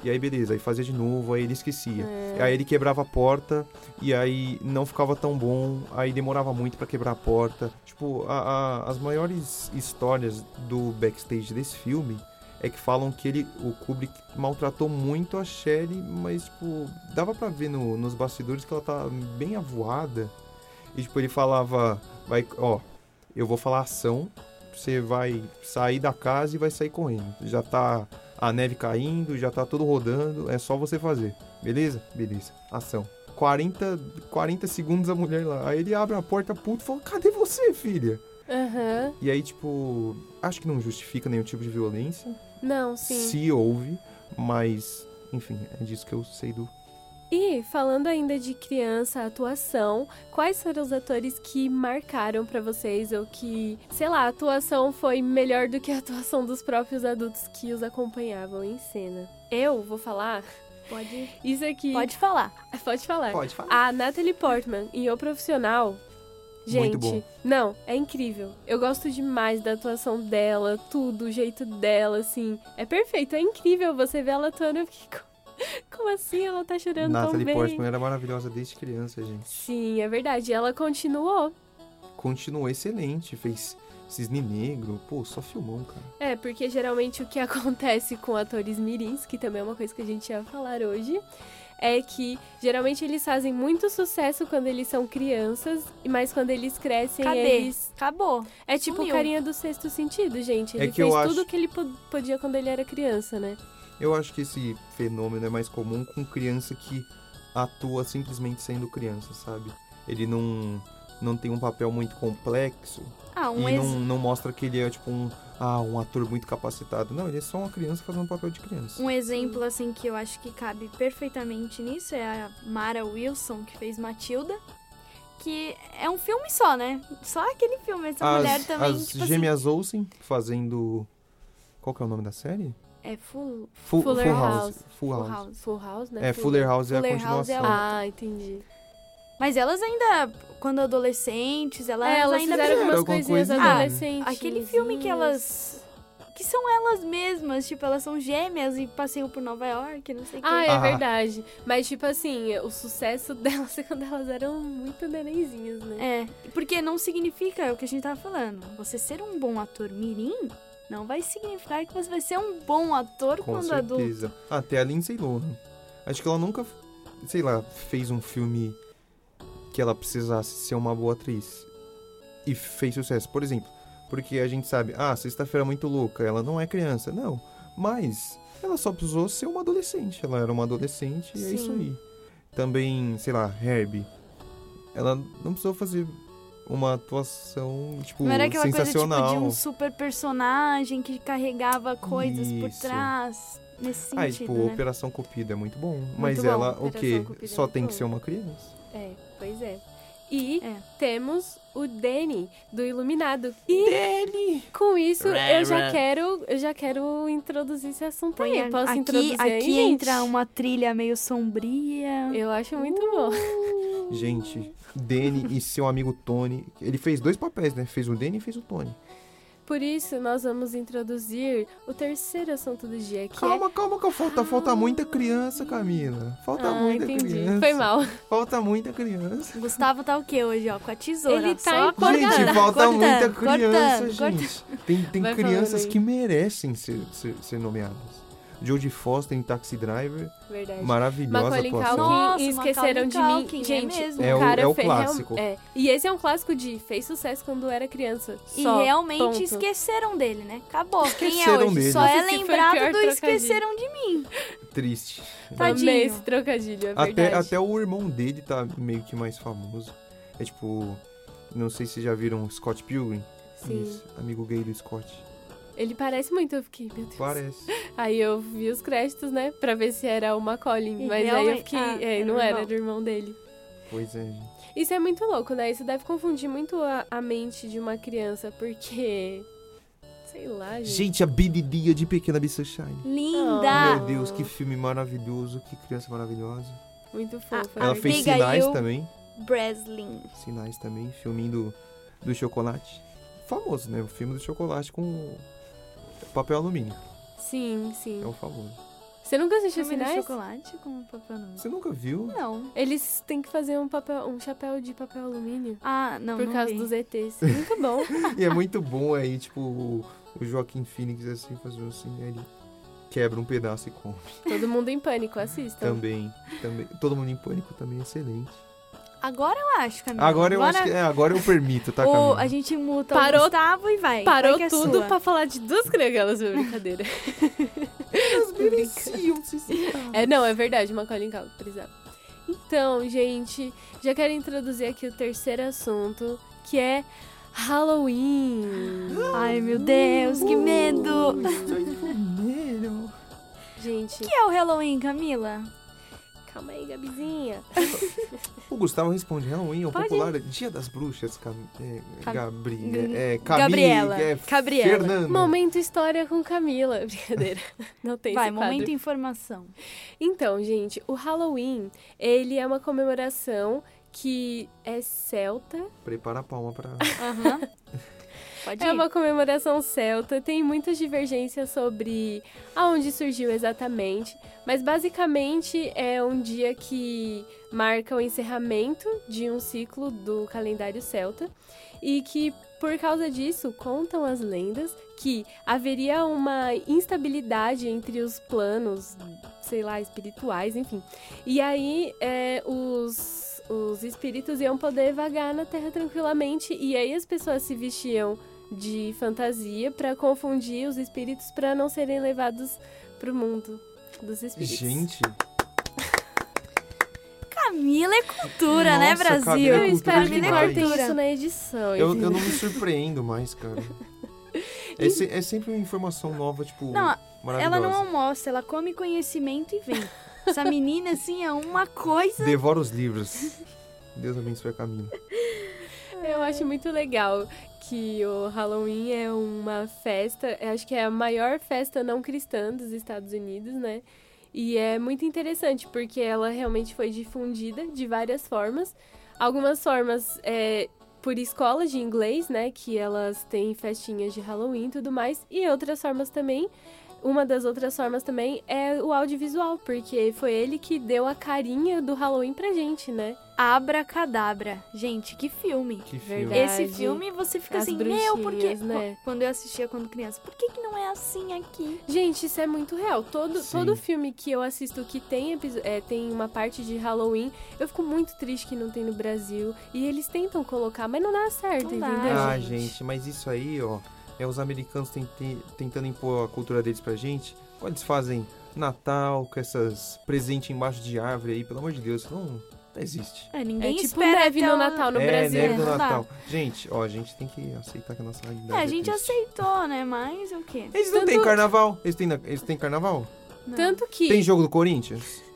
S5: E aí, beleza, aí fazia de novo, aí ele esquecia.
S3: É.
S5: Aí ele quebrava a porta, e aí não ficava tão bom, aí demorava muito pra quebrar a porta. Tipo, a- a- as maiores histórias do backstage desse filme é que falam que ele, o Kubrick maltratou muito a Shelley, mas, tipo, dava pra ver no- nos bastidores que ela tá bem avoada. E, tipo, ele falava, vai, ó, eu vou falar ação, você vai sair da casa e vai sair correndo. Já tá a neve caindo, já tá tudo rodando, é só você fazer. Beleza? Beleza. Ação. 40, 40 segundos a mulher lá. Aí ele abre a porta puto e fala, cadê você, filha?
S3: Aham.
S5: E aí, tipo, acho que não justifica nenhum tipo de violência.
S3: Não, sim.
S5: Se houve, mas, enfim, é disso que eu sei do.
S3: E falando ainda de criança, atuação, quais foram os atores que marcaram pra vocês ou que, sei lá, a atuação foi melhor do que a atuação dos próprios adultos que os acompanhavam em cena? Eu vou falar
S1: Pode,
S3: isso aqui.
S1: pode falar.
S3: *laughs* Pode falar.
S5: Pode falar.
S3: A Natalie Portman em O Profissional. Gente,
S5: Muito bom.
S3: não, é incrível. Eu gosto demais da atuação dela, tudo, o jeito dela, assim. É perfeito, é incrível você ver ela atuando. Eu fiquei, "Co- *laughs* como assim ela tá chorando tão
S5: Natalie
S3: bem?
S5: Portman era maravilhosa desde criança, gente.
S3: Sim, é verdade. Ela continuou.
S5: Continuou excelente, fez Cisne Negro, pô, só filmão, cara.
S3: É, porque geralmente o que *laughs* acontece com atores mirins, que também é uma coisa que a gente ia falar hoje, é que geralmente eles fazem muito sucesso quando eles são crianças, mas quando eles crescem,
S1: Cadê?
S3: eles.
S1: Acabou.
S3: É tipo o
S1: Sumiu.
S3: carinha do sexto sentido, gente. Ele
S5: É que
S3: fez
S5: eu
S3: tudo
S5: acho-
S3: que ele po- podia quando ele era criança, né?
S5: Eu acho que esse fenômeno é mais comum com criança que atua simplesmente sendo criança, sabe? Ele não, não tem um papel muito complexo
S1: Ah, um
S5: e
S1: ex...
S5: não, não mostra que ele é tipo um, ah, um ator muito capacitado. Não, ele é só uma criança fazendo um papel de criança.
S1: Um exemplo, assim, que eu acho que cabe perfeitamente nisso é a Mara Wilson, que fez Matilda. Que é um filme só, né? Só aquele filme. Essa mulher também,
S5: as
S1: tipo
S5: gêmeas Olsen fazendo. Qual que é o nome da série?
S1: assim. É full,
S5: Fu-
S3: Fuller House.
S5: Full
S1: full
S5: House.
S1: house.
S3: Full House, né?
S5: É, Fuller House é a
S1: Fuller House é
S5: continuação.
S1: a-
S3: Ah, entendi.
S1: Mas elas ainda, quando adolescentes, elas,
S3: é, elas
S1: ainda
S3: fizeram
S1: brilham.
S3: algumas
S5: Alguma
S3: coisinhas
S5: coisinha, né?
S3: adolescentes.
S1: Aquele filme que elas. Que são elas mesmas, tipo, elas são gêmeas e passeiam por Nova York, não sei o
S3: Ah,
S1: quê.
S3: é
S5: Ah.
S3: verdade. Mas, tipo assim, o sucesso *laughs* delas é quando elas eram muito nenenzinhas, né?
S1: É, porque não significa é o que a gente tava falando. Você ser um bom ator mirim não vai significar que você vai ser um bom ator
S5: Com
S1: quando adulto.
S5: certeza. Até a Lindsay Lohan. Acho que ela nunca, sei lá, fez um filme que ela precisasse ser uma boa atriz. E fez sucesso. Por exemplo, porque a gente sabe, ah, sexta-feira é muito louca, ela não é criança. Não. Mas ela só precisou ser uma adolescente. Ela era uma adolescente e é isso
S1: Sim.
S5: aí. Também, sei lá, Herbie. Ela não precisou fazer uma atuação, tipo,
S1: Não era aquela
S5: sensacional.
S1: coisa tipo, de um super personagem que carregava coisas por
S5: Isso.
S1: trás. Nesse
S5: Ah, e,
S1: sentido,
S5: tipo,
S1: né?
S5: Operação Cupido é muito bom. mas
S3: bom,
S5: ela, o
S3: Operação
S5: quê?
S3: Cupido é
S5: Só
S3: muito
S5: tem que
S3: bom.
S5: ser uma criança.
S3: É, pois é. E
S1: É.
S3: temos o Danny do Iluminado. E com isso eu já quero, eu já quero introduzir esse assunto
S1: Põe a-
S3: aí. Posso
S1: aqui
S3: introduzir aí,
S1: aqui
S3: gente?
S1: entra uma Uh. trilha meio sombria.
S3: Eu acho muito bom.
S5: Gente, Danny e seu amigo Tony. Ele fez dois papéis, né? Fez o Danny e fez o Tony.
S3: Por isso nós vamos introduzir o terceiro assunto do dia, que
S5: Calma, calma, que falta, falta muita criança, Camila.
S3: é
S5: Falta
S3: Ah,
S5: muita
S3: entendi.
S5: tá criança.
S3: Foi mal. *laughs*
S5: Falta muita criança.
S1: Gustavo tá o quê hoje, ó? Com a tesoura.
S3: Ele tá
S1: só
S3: em Cortando,
S5: gente, falta
S1: cortando,
S5: muita criança,
S1: cortando,
S5: gente. Tem, tem
S3: Vai
S5: crianças
S3: falando aí.
S5: que merecem ser, ser, ser nomeadas. Jodie Foster em Taxi Driver,
S3: Verdade.
S5: maravilhosa
S3: É. Macaulay
S5: atuação.
S3: Culkin
S1: Nossa,
S3: e esqueceram
S1: Macaulay
S3: de mim.
S1: Culkin, é
S3: gente,
S1: mesmo.
S5: É o-
S3: cara
S5: é o
S3: fez
S5: clássico.
S3: real- é. E esse é um clássico de fez sucesso quando era criança.
S1: E
S3: Só,
S1: realmente
S3: ponto.
S1: esqueceram dele, né? Acabou. Quem é
S5: Esqueceram
S1: hoje?
S5: dele.
S1: Só é
S3: Nossa, esse foi o pior
S1: lembrado do
S3: trocadilho.
S1: esqueceram de mim.
S5: Triste.
S1: Tadinho.
S3: Amei esse trocadilho, é
S5: Até,
S3: verdade.
S5: até o irmão dele tá meio que mais famoso. É tipo. Não sei se vocês já viram Scott Pilgrim.
S3: Sim.
S5: Isso, amigo gay do Scott.
S3: Ele parece muito, eu fiquei, meu Deus.
S5: Parece.
S3: Aí eu vi os créditos, né, pra ver se era o Macaulay,
S1: E
S3: mas aí eu
S1: realmente-
S3: fiquei,
S1: ah,
S3: é,
S1: era
S3: não
S1: o
S3: era,
S1: irmão.
S3: era do irmão dele.
S5: Pois é, gente.
S3: Isso é muito louco, né? Isso deve confundir muito a, a mente de uma criança, porque sei lá, gente.
S5: Gente, a Billy Dia de Pequena Miss Sunshine.
S3: Ah.
S1: Linda.
S5: Meu Deus, que filme maravilhoso, que criança maravilhosa.
S3: Muito fofa.
S1: Ah,
S5: Ela fez
S1: Abigail.
S5: sinais também.
S1: Breslin.
S5: Sinais também, filminho do, do chocolate. Famoso, né? O filme do chocolate com papel alumínio.
S3: Sim, sim.
S5: É o famoso.
S3: Você nunca assistiu
S1: Filme de
S3: Sinais?
S1: chocolate com papel no
S5: Você nunca viu?
S1: Não.
S3: Eles têm que fazer um, papel, um chapéu de papel alumínio.
S1: Ah, não,
S3: por
S1: não
S3: causa
S1: vi. *laughs*
S3: dos ETs. Muito bom.
S5: *laughs* E é muito bom aí, tipo, o, o Joaquim Phoenix assim, fazendo assim, aí ele quebra um pedaço e come.
S3: Todo mundo em pânico, assistam.
S5: Também, também. Todo mundo em pânico também é excelente.
S1: Agora eu acho, Camila.
S5: Agora eu acho que. É, agora eu
S1: *laughs*
S5: permito, tá,
S1: Ou
S5: Camila?
S1: Hum, a gente muta
S3: Parou-
S1: o Gustavo e vai.
S3: Parou
S1: Vai que é
S3: tudo
S1: sua.
S3: pra falar de duas cregalas, meu
S1: *laughs*
S3: brincadeira.
S5: *laughs*
S3: É, não, é verdade, Macaulay Culkin precisava. Então, gente, já quero introduzir aqui o terceiro assunto, que é Halloween.
S1: *gasps* Ai, meu Deus,
S5: Uh,
S1: que medo.
S3: Gente,
S1: O que é o Halloween, Camila?
S3: calma aí, Gabizinha.
S5: O Gustavo responde: Halloween é o
S3: Pode ir.
S5: popular Dia das Bruxas, Cam... é,
S1: Cam-
S5: Gabri...
S1: Gri-
S5: é, Camille,
S1: Gabriela.
S5: É,
S1: Gabriela.
S5: Fernando.
S3: Momento história com Camila. *laughs* Brincadeira. Não tem
S1: Vai,
S3: esse quadro.
S1: momento informação.
S3: Então, gente, o Halloween, ele é uma comemoração que é celta,
S5: Prepara a palma pra.
S1: Aham. *laughs* Pode ir.
S3: É uma comemoração celta, tem muitas divergências sobre aonde surgiu exatamente, mas basicamente é um dia que marca o encerramento de um ciclo do calendário celta e que por causa disso contam as lendas que haveria uma instabilidade entre os planos, sei lá, espirituais, enfim. E aí é, os os espíritos iam poder vagar na Terra tranquilamente e aí as pessoas se vestiam de fantasia pra confundir os espíritos pra não serem levados pro mundo dos espíritos.
S5: Gente,
S1: Camila é cultura, né,
S5: Nossa,
S1: Brasil?
S5: Camila é
S3: eu espero que
S5: cultura
S3: cortem
S5: demais.
S3: isso na edição.
S5: eu, eu
S3: entendeu?
S5: não me
S1: é.
S5: surpreendo mais,
S1: *laughs*
S5: cara. É, se- é sempre uma informação nova, tipo,
S1: Não,
S5: maravilhosa.
S1: Ela não é almoça, ela come conhecimento e vem. Essa menina, assim, é uma coisa.
S5: Devora os livros. Deus abençoe a Camila.
S3: Eu acho muito legal que o Halloween é uma festa, eu acho que é a maior festa não cristã dos Estados Unidos, né? E é muito interessante porque ela realmente foi difundida de várias formas. Algumas formas é, por escolas de inglês, né? Que elas têm festinhas de Halloween e tudo mais. E outras formas também. Uma das outras formas também é o audiovisual, porque foi ele que deu a carinha do Halloween pra gente, né?
S1: Abracadabra. Gente, que filme.
S5: Que filme.
S3: Verdade.
S1: Esse filme você fica
S3: As
S1: assim, meu,
S3: bruxinhas,
S1: porque.
S3: né?
S1: Quando eu assistia quando criança, por que, que não é assim aqui?
S3: Gente, isso é muito real. Todo,
S5: Sim.
S3: todo filme que eu assisto que tem, episo- é, tem uma parte de Halloween, eu fico muito triste que não tem no Brasil. E eles tentam colocar, mas não dá certo,
S1: Não dá.
S3: entendeu?
S5: Ah,
S1: gente.
S5: gente, mas isso aí, ó, é os americanos ten- ten- tentando impor a cultura deles pra gente. Quando eles fazem Natal com essas presentes embaixo de árvore aí, pelo amor de Deus, isso não, não existe.
S1: É,
S3: É
S1: ninguém
S3: tipo
S1: espera
S3: neve
S1: até
S3: no
S1: o-
S3: Natal no
S5: é,
S3: Brasil.
S5: neve do
S1: né? não dá.
S5: Natal. Gente, ó, a gente tem que aceitar que a nossa
S1: É,
S5: realidade
S1: a gente
S5: triste.
S1: aceitou, né? Mas o quê?
S5: Eles não
S3: Tanto-
S5: têm carnaval. Eles têm, na- eles têm carnaval?
S1: Não.
S3: Tanto que,
S5: Tem jogo do Corinthians?
S1: *laughs*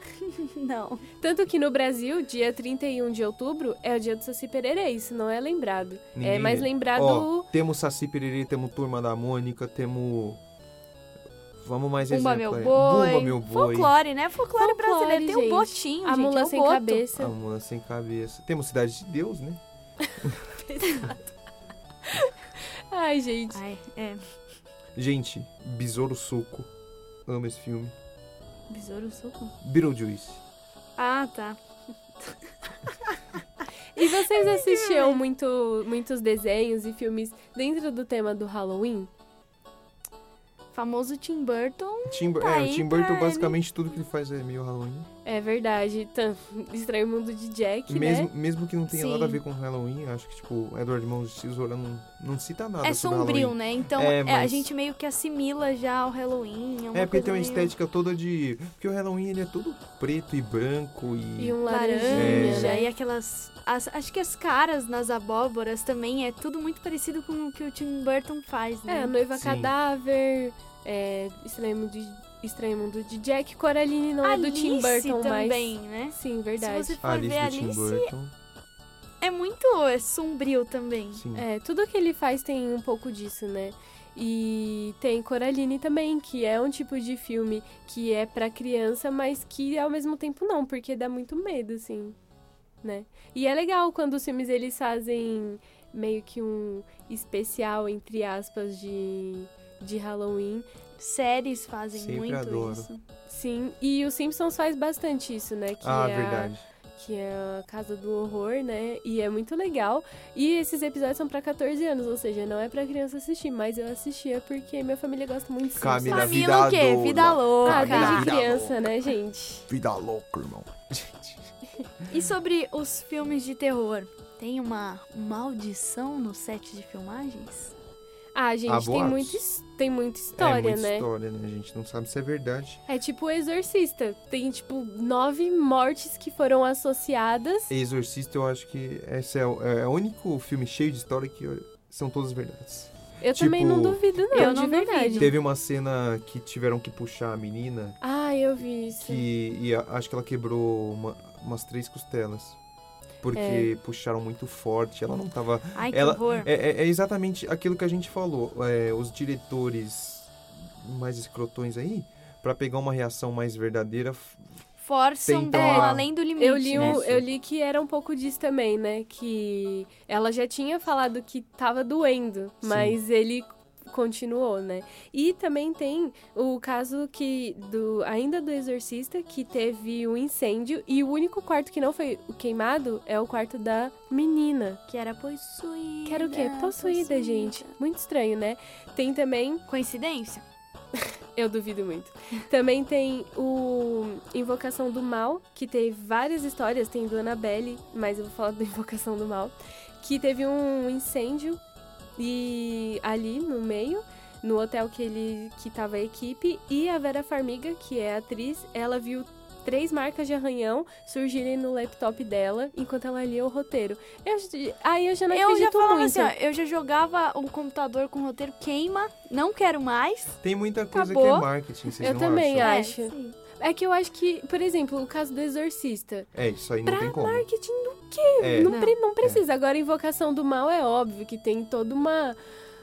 S1: Não.
S3: tanto que no Brasil, dia 31 de outubro é o dia do Saci Pererê, isso não é lembrado. é
S5: Ninguém
S3: mais
S5: lembra.
S3: lembrado
S5: Ó, temos Saci Pererê, temos Turma da Mônica, temos... Vamos mais
S1: Pumba meu
S5: exemplo. aí.
S1: boi.
S5: Bumba meu boi.
S1: Folclore, né? Folclore,
S3: Folclore,
S1: brasileiro. Tem
S3: gente.
S1: o botinho,
S3: a
S1: gente.
S3: mula
S1: é o
S3: sem
S1: boto.
S5: A
S3: cabeça.
S5: mula Ah, sem cabeça. Temos Cidade de Deus, né?
S3: Ai, gente.
S1: Ai, é.
S5: Gente, Besouro Suco. Amo esse filme.
S1: Besouro soco.
S5: Beetlejuice.
S1: Ah, tá.
S3: E vocês assistiam muito, muitos desenhos e filmes dentro do tema do Halloween?
S1: Famoso Tim Burton.
S5: Tim, Bur-
S1: Tá
S5: é, o
S1: aí
S5: Tim
S1: pra
S5: Burton,
S1: ele. né?
S5: basicamente, tudo que ele faz é meio Halloween.
S3: É verdade. Tan- *laughs* Estranho Mundo de Jack,
S5: mesmo,
S3: né?
S5: mesmo que não tenha
S3: Sim.
S5: nada a ver com Halloween, acho que, tipo, Edward Mãos de Tesoura não, não cita nada
S1: é
S5: sobre
S1: sombrio,
S5: Halloween.
S1: né? Então
S5: É,
S1: é, a
S5: mas-
S1: gente meio que assimila já ao Halloween. uma
S5: É, porque
S1: coisa
S5: tem uma
S1: meio-
S5: estética toda de... Porque o Halloween, ele é todo preto e branco e...
S3: E um laranjinha,
S1: laranja
S3: né?
S1: e aquelas. as- acho que as caras nas abóboras também é tudo muito parecido com o que o Tim Burton faz,
S3: É,
S1: né?
S3: a Noiva
S5: Sim.
S3: Cadáver, é, Estranho, Mundo de, Estranho Mundo de Jack, Coraline não é do Tim
S1: Alice
S3: Burton,
S1: também, né?
S3: mas... Sim, verdade.
S1: Se você for
S5: a Alice
S1: ver
S5: do
S1: Alice,
S5: Tim Burton.
S1: é muito é sombrio também.
S5: Sim.
S3: É, tudo que ele faz tem um pouco disso, né? E tem Coraline também, que é um tipo de filme que é pra criança, mas que ao mesmo tempo não, porque dá muito medo, assim, né? E é legal quando os filmes eles fazem meio que um especial, entre aspas, de de Halloween.
S1: Séries fazem
S5: Sempre
S1: muito
S5: adoro.
S1: isso.
S3: Sim, e os Simpsons faz bastante isso, né? Que
S5: Ah,
S3: é a-
S5: verdade.
S3: que é a Casa do Horror, né? E é muito legal. E esses episódios são pra 14 anos, ou seja, não é pra criança assistir, mas eu assistia porque minha família gosta muito de
S5: Camila,
S3: Simpsons.
S5: vida
S1: Família o quê?
S5: doida.
S1: Vida louca.
S3: Ah,
S5: Camila,
S3: desde
S5: vida
S3: criança,
S5: louca.
S3: né, gente?
S5: Vida louca, irmão.
S1: E sobre os filmes de terror? Tem uma maldição no set de filmagens?
S3: Ah, gente,
S5: Ah,
S3: tem,
S5: boatos.
S3: muito, his- tem muita história,
S5: é muita
S3: né?
S5: história, né? A gente não sabe se é verdade.
S3: É tipo o Exorcista. Tem, tipo, nove mortes que foram associadas.
S5: Exorcista, eu acho que esse é o, é o único filme cheio de história que eu- são todas verdades.
S3: Eu
S5: Tipo,
S3: também não duvido, não,
S1: eu
S3: de
S1: não
S3: verdade.
S1: duvido.
S5: Teve uma cena que tiveram que puxar a menina
S3: Ah, eu vi isso.
S5: que e a- acho que ela quebrou uma- umas três costelas.
S3: É.
S5: Porque puxaram muito forte, ela não tava.
S1: Ai, que
S5: Ela-
S1: horror.
S5: É, é- é exatamente aquilo que a gente falou. é, os diretores mais escrotões aí, pra pegar uma reação mais verdadeira, f-
S1: Forçam
S5: Tentam
S1: bola
S5: a-
S1: além do limite.
S3: Eu li, um-
S5: Isso.
S3: eu li que era um pouco disso também, né? Que ela já tinha falado que tava doendo,
S5: Sim.
S3: mas ele continuou, né? E também tem o caso que do ainda do exorcista que teve um incêndio e o único quarto que não foi queimado é o quarto da menina.
S1: Que era possuída.
S3: Que era o quê? Possuída, gente. Muito estranho, né? Tem também
S1: Coincidência?
S3: eu duvido muito. Também tem o Invocação do Mal, que teve várias histórias, tem do Annabelle, mas eu vou falar do *laughs* Invocação do Mal, que teve um incêndio e ali no meio, no hotel que ele que tava a equipe, e a Vera Farmiga, que é a atriz, ela viu três marcas de arranhão surgirem no laptop dela enquanto ela lia o roteiro. Eu, aí eu já não
S1: eu já
S3: acredito
S1: falava
S3: muito.
S1: assim, ó, eu já jogava o computador com roteiro, queima, não quero mais.
S5: tem muita coisa que
S1: Acabou.
S5: é marketing, vocês
S3: Eu
S5: não
S3: também
S5: acham?
S3: acho.
S1: É,
S3: acha?
S1: sim.
S3: É que eu acho que, por exemplo, o caso do Exorcista.
S5: É, isso aí não
S3: Pra
S5: tem como.
S3: marketing
S5: É,
S3: Não,
S1: Não.
S3: pre- não precisa. Agora, invocação do mal é óbvio que tem toda uma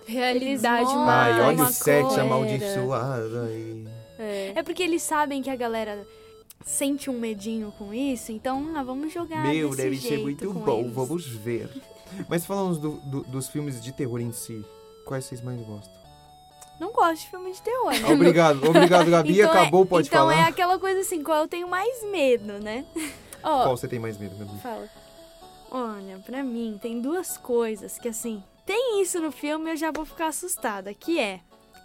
S3: realidade
S1: mostram
S3: mais.
S5: Ai, olha
S1: é uma
S5: o sete
S1: coisa.
S5: amaldiçoado aí.
S3: É.
S1: É porque eles sabem que a galera sente um medinho com isso, então, ah, vamos jogar
S5: Meu,
S1: desse
S5: deve
S1: jeito
S5: ser muito
S1: com
S5: bom,
S1: eles.
S5: vamos ver. Mas falamos do- do- dos filmes de terror em si, quais vocês mais gostam? *laughs*
S1: Não gosto de filme de terror, né?
S5: Obrigado, obrigado, Gabi.
S1: Então é-
S5: acabou, pode
S1: então
S5: falar.
S1: é aquela coisa assim, qual eu tenho mais medo, né?
S3: Ó,
S5: Qual você tem mais medo, Gabi?
S3: fala.
S1: Olha, pra mim tem duas coisas que assim, tem isso no filme, eu já vou ficar assustada, que é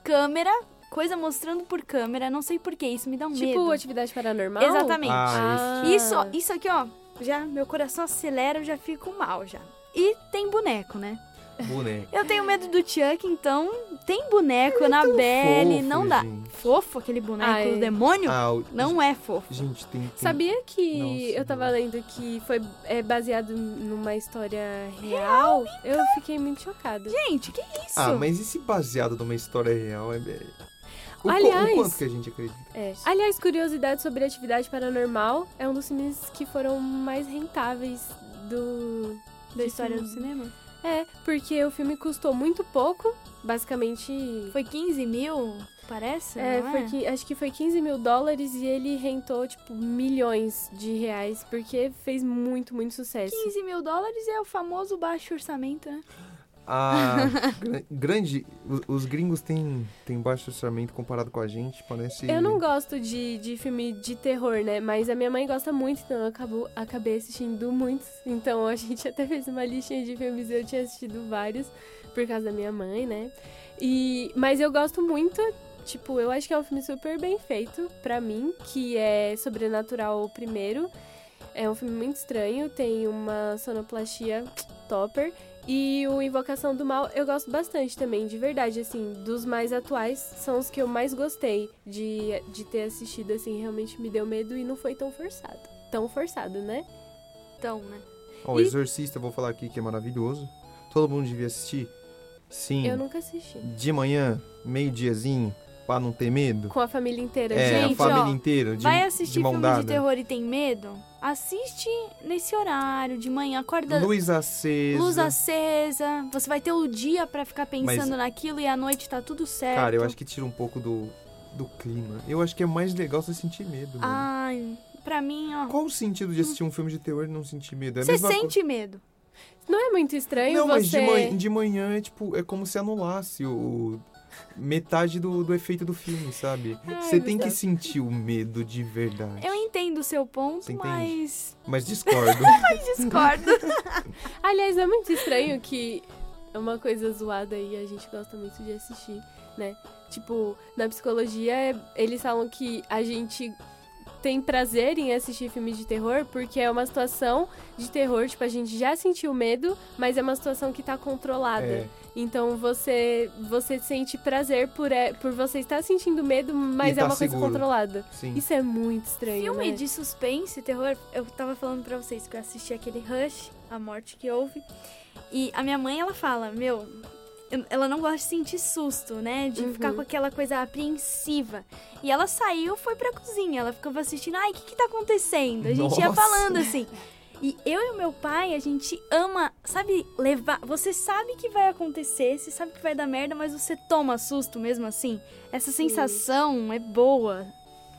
S1: câmera, coisa mostrando por câmera, não sei por que isso me dá um
S3: Tipo,
S1: medo.
S3: atividade paranormal?
S1: Exatamente.
S5: Ah,
S3: Ah.
S1: Isso, isso aqui, ó, já meu coração acelera, eu já fico mal já. E tem boneco, né?
S5: isso. Boneco.
S1: Eu tenho medo do Chuck, então tem boneco na Belle,
S5: Fofo,
S1: É, não dá.
S5: gente.
S1: Fofo aquele boneco
S3: Ai.
S1: do demônio?
S5: Ah, o-
S1: Não é fofo.
S5: Gente, tem. tem-
S3: Sabia que
S5: Nossa,
S3: eu tava lendo que foi é, baseado numa história real? Eu fiquei muito chocada.
S1: então. Gente, que isso?
S5: Ah, mas e se baseado numa história real? É... é- O, co-
S3: Aliás-
S5: o quanto que a gente acredita?
S3: É. Aliás, curiosidade sobre atividade paranormal é um dos filmes que foram mais rentáveis do.
S1: Da
S3: de
S1: história do
S3: filme.
S1: cinema?
S3: É, porque o filme custou muito pouco, basicamente
S1: Foi 15 mil, parece?
S3: É,
S1: não
S3: foi que- acho que foi 15 mil dólares e ele rentou, tipo, milhões de reais, porque fez muito, muito sucesso.
S1: 15 mil dólares é o famoso baixo orçamento, né? *laughs*
S5: Ah, gran- grande. o- Os gringos têm, têm baixo orçamento comparado com a gente, parece.
S3: Eu não gosto de, de filme de terror, né? Mas a minha mãe gosta muito, então eu acabo, acabei assistindo muitos. Então a gente *laughs* até fez uma listinha de filmes e eu tinha assistido vários, por causa da minha mãe, né? E, mas eu gosto muito, tipo, eu acho que é um filme super bem feito pra mim, que é Sobrenatural o primeiro. É um filme muito estranho, tem uma sonoplastia topper. E o Invocação do Mal eu gosto bastante também, de verdade, assim, dos mais atuais são os que eu mais gostei de, de ter assistido, assim, realmente me deu medo e não foi tão forçado. Tão forçado, né?
S1: Então, né?
S5: Ó, o
S3: E-
S5: Exorcista, eu vou falar aqui que é maravilhoso. Todo mundo devia assistir. Sim.
S3: Eu nunca assisti.
S5: De manhã, meio-diazinho, pra não ter medo.
S3: Com a família inteira,
S5: É,
S3: gente.
S5: a família
S1: ó,
S5: inteira, de,
S1: Vai assistir
S5: de mão
S1: filme de
S5: dada.
S1: terror e tem medo? Assiste nesse horário, de manhã, acorda luz,
S5: Luz acesa.
S1: acesa. Você vai ter o dia pra ficar pensando naquilo e à noite tá tudo certo.
S5: Cara, eu acho que tira um pouco do, do clima. Eu acho que é mais legal você sentir medo. mano.
S1: Ah. Ai, pra mim, ó.
S5: Qual o sentido de assistir um filme de terror e não sentir medo? É a
S1: Você
S5: mesma co-
S1: sente medo.
S3: Não é muito estranho
S5: Não,
S3: você...
S5: mas de manhã, de manhã é tipo, é como se anulasse o, metade do, do efeito do filme, sabe?
S3: Ai,
S5: Você tem
S3: Gustavo.
S5: que sentir o medo de verdade.
S1: Eu entendo o seu ponto,
S5: Você entende?
S1: mas
S5: Mas
S3: *laughs*
S5: discordo.
S1: discordo.
S3: Aliás, é muito estranho que é uma coisa zoada e a gente gosta muito de assistir, né? Tipo, na psicologia, é- eles falam que a gente tem prazer em assistir filmes de terror porque é uma situação de terror, tipo, a gente já sentiu medo, mas é uma situação que tá controlada.
S5: É,
S3: Então você você sente prazer por, é- por você estar sentindo medo, mas
S5: E
S3: é
S5: tá
S3: uma coisa
S5: seguro. Hum.
S3: controlada.
S5: sim.
S3: Isso é muito estranho.
S1: Filme
S3: né?
S1: de suspense, terror, eu tava falando pra vocês que eu assisti aquele Rush, A Morte que Houve, e a minha mãe, ela fala, meu, eu- ela não gosta de sentir susto, né, de
S3: Uhum.
S1: ficar com aquela coisa apreensiva. E ela saiu, foi pra cozinha, ela ficava assistindo, ai, o que que tá acontecendo? A gente ia
S5: Nossa.
S1: falando assim. E eu e o meu pai, a gente ama, sabe, levar. Você sabe que vai acontecer, você sabe que vai dar merda, mas você toma susto mesmo assim. Essa
S3: Sim.
S1: sensação é boa.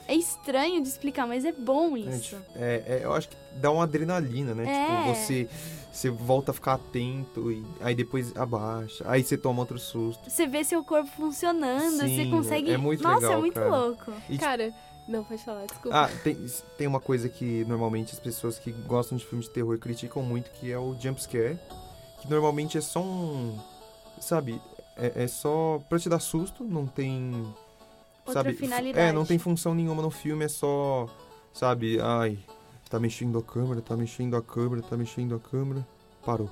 S1: É estranho de explicar, mas é bom
S5: É,
S1: isso.
S5: É, é, eu acho que dá uma adrenalina, né?
S1: É.
S5: Tipo, você, você volta a ficar atento, e aí depois abaixa, aí você toma outro susto.
S1: Você vê seu corpo funcionando, você
S5: Sim,
S1: consegue.
S5: é muito
S1: Nossa, é
S5: legal,
S1: muito
S5: cara.
S1: louco.
S5: E, tipo,
S3: Cara, não, pode falar, desculpa.
S5: Ah, tem, tem uma coisa que normalmente as pessoas que gostam de filmes de terror criticam muito, que é o jumpscare. Que normalmente é só um. Sabe? É, é só pra te dar susto, não tem.
S1: Outra
S5: sabe, fu-
S1: finalidade.
S5: É, não tem função nenhuma no filme, é só. Sabe? Ai, tá mexendo a câmera, tá mexendo a câmera, tá mexendo a câmera. Parou.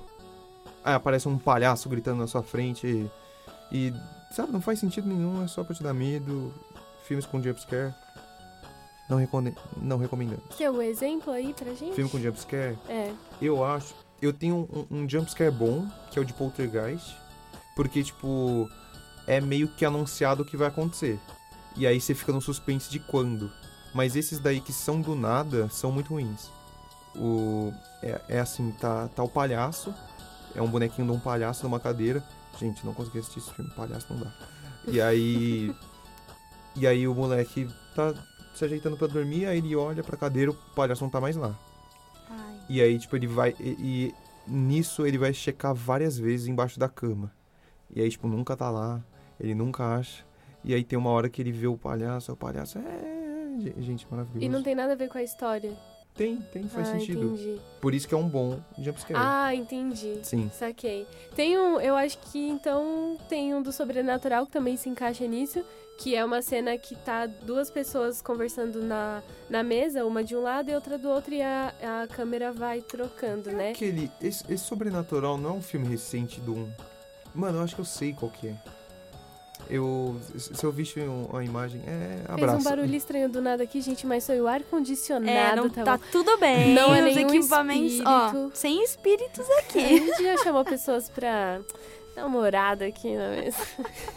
S5: Aí aparece um palhaço gritando na sua frente e. e, sabe, não faz sentido nenhum, é só pra te dar medo. Filmes com jumpscare. Não, recone... não recomendamos.
S3: Tem algum um exemplo aí pra gente?
S5: Filme com jumpscare,
S3: É.
S5: eu acho. Eu tenho um, um jumpscare bom, que é o de Poltergeist. Porque, tipo, é meio que anunciado o que vai acontecer. E aí você fica no suspense de quando. Mas esses daí que são do nada são muito ruins. O, é, é assim, tá, tá o palhaço. É um bonequinho de um palhaço numa cadeira. Gente, não consegui assistir esse filme, palhaço não dá. E aí. *laughs* e aí o moleque tá se ajeitando pra dormir, aí ele olha pra cadeira, o palhaço não tá mais lá.
S1: Ai.
S5: E aí, tipo, ele vai. E, e nisso ele vai checar várias vezes embaixo da cama. E aí, tipo, nunca tá lá. Ele nunca acha. E aí tem uma hora que ele vê o palhaço, o palhaço. É. gen- Gente, maravilhoso.
S3: E não tem nada a ver com a história.
S5: Tem, tem, faz
S3: ah,
S5: sentido.
S3: entendi.
S5: Por isso que é um bom jumpscare.
S3: Ah, entendi.
S5: Sim.
S3: Saquei. Tem um, eu acho que então tem um do sobrenatural que também se encaixa nisso, que é uma cena que tá duas pessoas conversando na, na mesa, uma de um lado e outra do outro, e a, a câmera vai trocando, né?
S5: Aquele. Esse, esse sobrenatural não é um filme recente do um. Mano, eu acho que eu sei qual que é. Eu. Se se eu visse um- a imagem. É.
S3: Fez
S5: Abraço.
S3: um barulho estranho do nada aqui, gente, mas foi o ar-condicionado,
S1: É, não,
S3: tá
S1: tá tudo bem.
S3: Não é
S1: os
S3: nenhum
S1: equipamentos. Ó,
S3: espírito.
S1: sem espíritos
S3: bom. *laughs* A
S1: aqui.
S3: gente já chamou pessoas pra dar uma orada aqui na mesa.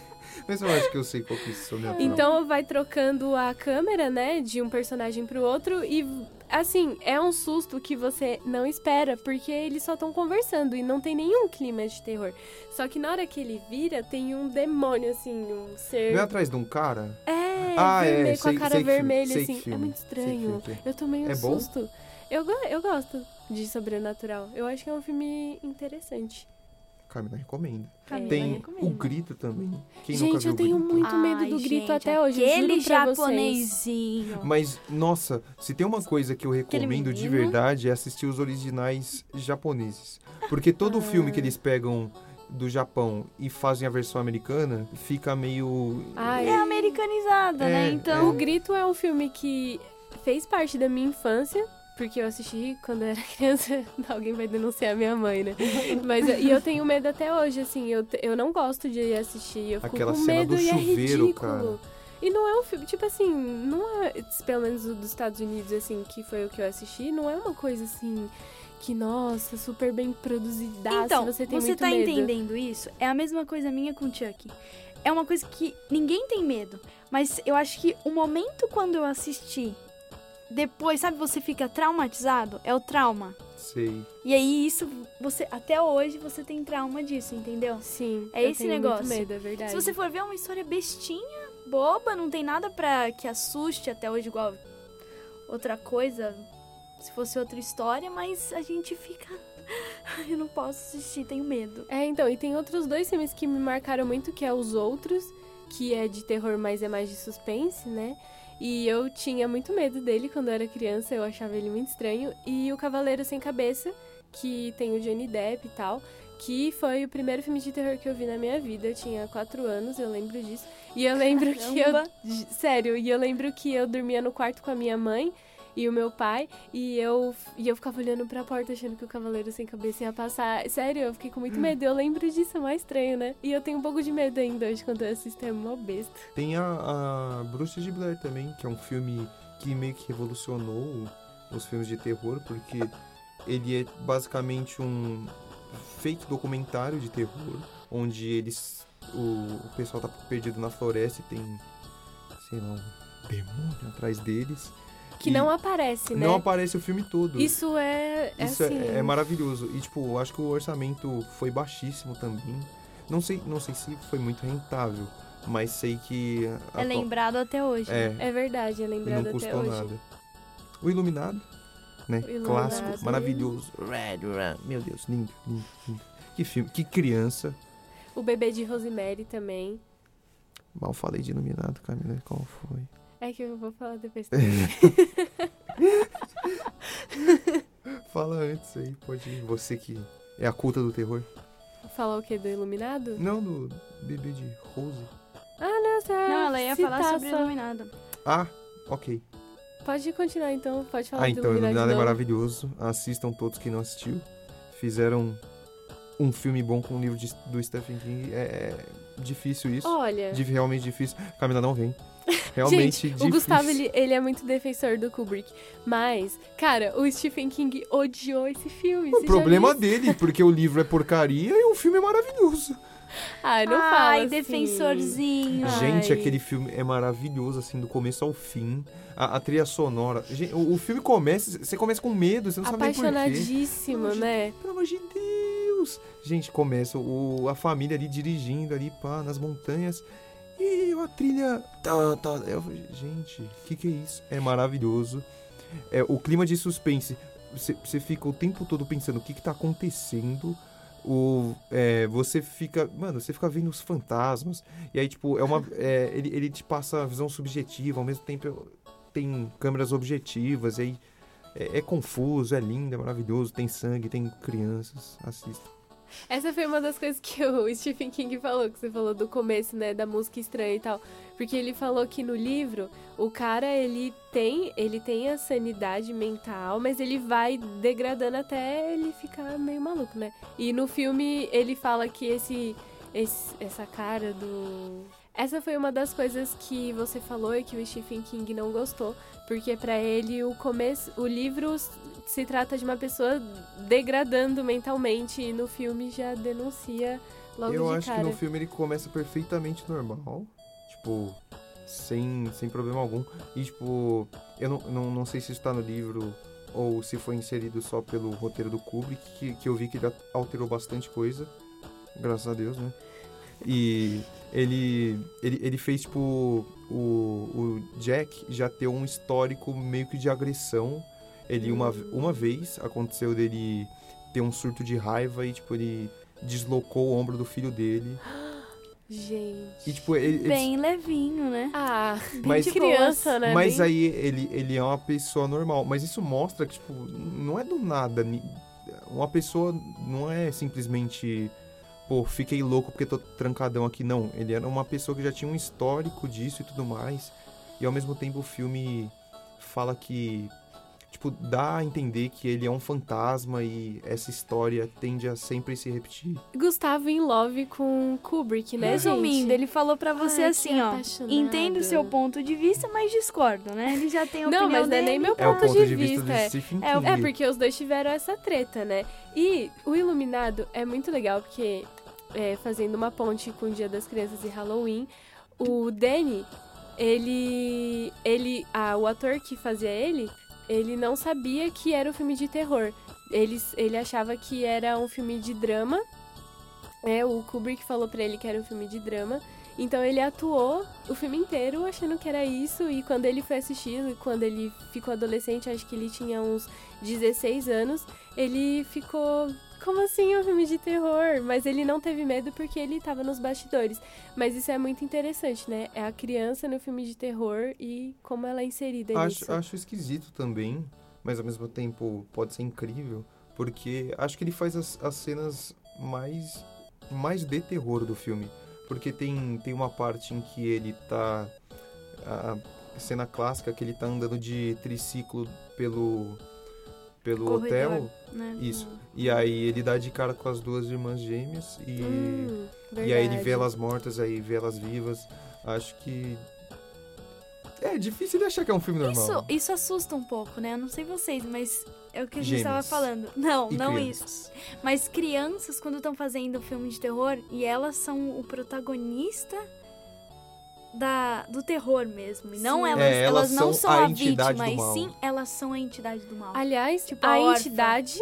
S5: *laughs* Mas eu acho que eu sei qual que é esse sobrenatural.
S3: Então vai trocando a câmera, né, de um personagem pro outro e assim, é um susto que você não espera, porque eles só estão conversando e não tem nenhum clima de terror. Só que na hora que ele vira, tem um demônio assim, um ser
S5: Não é atrás de um cara?
S3: é,
S5: Ah, é,
S3: vermelho, com
S5: sei-
S3: a cara
S5: sei que filme,
S3: vermelha
S5: sei que
S3: assim. É
S5: filme,
S3: muito estranho.
S5: sei que filme
S3: Eu tomei um
S5: É bom?
S3: susto. Eu go- eu gosto de sobrenatural. Eu acho que é um filme interessante.
S5: Camila recomenda.
S1: Camila
S5: Tem
S1: recomenda.
S5: o grito também. Quem nunca
S3: gente,
S5: viu
S3: eu
S5: o
S3: tenho
S5: grito?
S3: muito medo
S1: Ai,
S3: do grito
S1: gente,
S3: até hoje. eu
S1: Aquele
S3: juro pra vocês.
S1: japonesinho.
S5: Mas, nossa, se tem uma coisa que eu recomendo de
S1: menino.
S5: verdade é assistir os originais japoneses. Porque
S3: Ah.
S5: todo filme que eles pegam do Japão e fazem a versão americana fica meio.
S3: Ai,
S1: É americanizada, né?
S5: É,
S1: Então.
S3: O Grito é um filme que fez parte da minha infância, porque eu assisti quando eu era *laughs* criança. Alguém vai denunciar minha mãe, né? Mas, e eu tenho medo até hoje, assim. Eu, te- eu não gosto de assistir. Eu fico
S5: Aquela
S3: com
S5: cena
S3: medo
S5: do
S3: e é
S5: chuveiro,
S3: ridículo.
S5: cara.
S3: E não é um filme, tipo assim, não é, pelo menos o dos Estados Unidos, assim, que foi o que eu assisti, não é uma coisa assim, que, nossa, super bem produzida,
S1: Então,
S3: você
S1: você,
S3: tem muito
S1: tá
S3: medo.
S1: entendendo isso? É a mesma coisa minha com o Chuck. É uma coisa que ninguém tem medo. Mas eu acho que o momento quando eu assisti, depois, sabe, você fica traumatizado? É o trauma.
S5: Sei.
S1: E aí, isso, você. Até hoje você tem trauma disso, entendeu?
S3: Sim,
S1: É
S3: eu
S1: esse
S3: tenho
S1: negócio.
S3: Muito medo, é verdade.
S1: Se você for ver é uma história bestinha, boba, não tem nada pra que assuste até hoje, igual outra coisa, se fosse outra história, mas a gente fica. *laughs* "Ai, Eu não posso assistir, tenho medo.
S3: É, então, e tem outros dois filmes que me marcaram muito, que é Os Outros que é de terror, mas é mais de suspense, né? E eu tinha muito medo dele quando eu era criança, eu achava ele muito estranho. E o Cavaleiro Sem Cabeça, que tem o Johnny Depp e tal, que foi o primeiro filme de terror que eu vi na minha vida. Eu tinha quatro anos, eu lembro disso. E eu lembro que eu.
S1: Caramba.
S3: j- *laughs* Sério, e eu lembro que eu dormia no quarto com a minha mãe e o meu pai, e eu, e eu ficava olhando pra porta achando que o Cavaleiro Sem Cabeça ia passar. Sério, eu fiquei com
S5: Hum.
S3: muito medo. Eu lembro disso, é mais estranho, né? E eu tenho um pouco de medo ainda hoje quando eu assisto, é mó besta.
S5: Tem a, a Bruxa de Blair também, que é um filme que meio que revolucionou os filmes de terror, porque ele é basicamente um fake documentário de terror, onde eles. O, o pessoal tá perdido na floresta e tem, sei lá, um demônio atrás deles.
S3: Que
S5: E
S3: não aparece, né?
S5: Não aparece o filme todo.
S3: Isso é. é
S5: Hum. Isso é-
S3: assim,
S5: é, maravilhoso. E, tipo, eu acho que o orçamento foi baixíssimo também. Não sei, não sei se foi muito rentável, mas sei que. a-
S1: É lembrado até hoje.
S5: Tá É,
S3: É verdade, é
S5: e não
S3: lembrado até
S5: custou
S3: hoje.
S5: nada. O Iluminado, né?
S3: O Iluminado.
S5: Clássico, maravilhoso. Red Run. Meu Deus, lindo, lindo, lindo. Que filme, que criança.
S3: O bebê de Rosemary também.
S5: Mal falei de Iluminado, Camila, qual
S3: *laughs*
S5: foi?
S3: É que eu vou
S5: *laughs*
S3: falar depois.
S5: Fala antes aí, pode ir. Você que é a culta do terror.
S3: falar o que do iluminado?
S5: Não, do bebê de Rose.
S3: Ah, não, você ia
S1: Não, ela ia falar
S3: citar
S1: sobre
S3: só.
S1: iluminado.
S5: Ah, ok.
S3: Pode continuar então, pode falar
S5: Ah,
S3: do
S5: então,
S3: iluminado.
S5: Iluminado é
S3: de novo.
S5: maravilhoso. Assistam todos que não assistiu. Fizeram um filme bom com o livro de- do Stephen King. É, é difícil isso.
S3: Olha,
S5: Dif- realmente difícil. Camila não
S3: *laughs*
S5: vem. Realmente
S3: gente,
S5: difícil.
S3: o Gustavo ele, ele é muito defensor do Kubrick, mas, cara, o Stephen King odiou esse filme.
S5: O
S3: você já
S5: problema
S3: viu?
S5: dele, porque o livro é porcaria e o filme é maravilhoso.
S3: Ah, não fala
S1: Ai,
S3: assim.
S1: defensorzinho.
S3: Ai.
S5: Gente, aquele filme é maravilhoso, assim, do começo ao fim. A, a trilha sonora. Gente, o, o filme começa, você começa com medo, você não sabe nem porquê.
S3: Apaixonadíssimo, né?
S5: Pelo amor de Deus! Gente, começa o, a família ali dirigindo ali, pá, nas montanhas. E a trilha. Tá, tá, eu falei, gente, o que, que é isso? É maravilhoso. É, o clima de suspense. Você fica o tempo todo pensando o que, que tá acontecendo. O, é, você fica. Mano, você fica vendo os fantasmas. E aí, tipo, é uma. é, ele, ele te passa a visão subjetiva, ao mesmo tempo tem câmeras objetivas, e aí é, é confuso, é lindo, é maravilhoso, tem sangue, tem crianças, assista.
S3: Essa foi uma das coisas que o Stephen King falou, que você falou do começo, né, da música estranha e tal. Porque ele falou que no livro, o cara, ele tem, ele tem a sanidade mental, mas ele vai degradando até ele ficar meio maluco, né? E no filme, ele fala que esse, esse- essa cara do... Essa foi uma das coisas que você falou e que o Stephen King não gostou, porque pra ele o começo, o livro se trata de uma pessoa degradando mentalmente e no filme já denuncia logo
S5: Eu
S3: de
S5: acho
S3: cara.
S5: que no filme ele começa perfeitamente normal, tipo, sem, sem problema algum. E, tipo, eu não, não, não sei se isso tá no livro ou se foi inserido só pelo roteiro do Kubrick, que, que eu vi que ele alterou bastante coisa, graças a Deus, né? E ele, ele, ele fez, tipo, o, o Jack já ter um histórico meio que de agressão. Ele, uma, uma vez, aconteceu dele ter um surto de raiva e, tipo, ele deslocou o ombro do filho dele.
S3: Gente.
S5: E, tipo, ele, eles-
S1: Bem levinho, né?
S3: Ah,
S5: Mas-
S3: de criança, né?
S5: Mas
S3: Bem-
S5: aí ele, ele é uma pessoa normal. Mas isso mostra que, tipo, não é do nada. ni- Uma pessoa não é simplesmente, pô, fiquei louco porque tô trancadão aqui. Não, ele era uma pessoa que já tinha um histórico disso e tudo mais. E ao mesmo tempo o filme fala que, tipo, dá a entender que ele é um fantasma e essa história tende a sempre se repetir.
S3: Gustavo em love com Kubrick, né,
S1: Resumindo,
S3: gente?
S1: ele falou pra você
S3: Ai, que
S1: assim, ó.
S3: apaixonado.
S1: Entendo o seu ponto de vista, mas discordo, né? Ele já tem a opinião
S3: Não, mas não é
S1: dele.
S3: nem meu ponto,
S5: É o ponto de
S3: vista,
S5: vista
S3: é.
S5: do Stephen
S1: É o-
S5: King.
S3: É, porque os dois tiveram essa treta, né? E o Iluminado é muito legal, porque é, fazendo uma ponte com o Dia das Crianças e Halloween, o Danny, ele. ele. ah, o ator que fazia ele, ele não sabia que era um filme de terror. Ele, ele achava que era um filme de drama. É, o Kubrick falou pra ele que era um filme de drama. Então ele atuou o filme inteiro achando que era isso. E quando ele foi assistir, e quando ele ficou adolescente, acho que ele tinha uns 16 anos, ele ficou Como assim um filme de terror? Mas ele não teve medo porque ele tava nos bastidores. Mas isso é muito interessante, né? É a criança no filme de terror e como ela é inserida nisso.
S5: Acho, acho esquisito também, mas ao mesmo tempo pode ser incrível, porque acho que ele faz as, as cenas mais, mais de terror do filme. Porque tem, tem uma parte em que ele tá. A cena clássica que ele tá andando de triciclo pelo. pelo
S1: Corredor.
S5: hotel.
S1: né?
S5: Isso. E aí ele dá de cara com as duas irmãs gêmeas e.
S3: Hum,
S5: E aí ele
S3: verdade.
S5: vê elas mortas, aí vê elas vivas. Acho que. É difícil de achar que é um filme
S1: Isso,
S5: normal.
S1: isso assusta um pouco, né? Eu não sei vocês, mas é o que a gente estava
S5: Gêmeos.
S1: falando. Não,
S5: E
S1: não isso.
S5: crianças.
S1: Mas crianças, quando estão fazendo filme de terror, e elas são o protagonista da, do terror mesmo. E não
S3: Sim.
S1: elas,
S5: É, elas
S1: não são
S5: são a
S1: a,
S5: entidade
S1: vítima,
S5: do
S1: e
S5: mal.
S1: sim elas são a entidade do mal.
S3: Aliás,
S1: Tipo,
S3: a,
S1: a órfã.
S3: entidade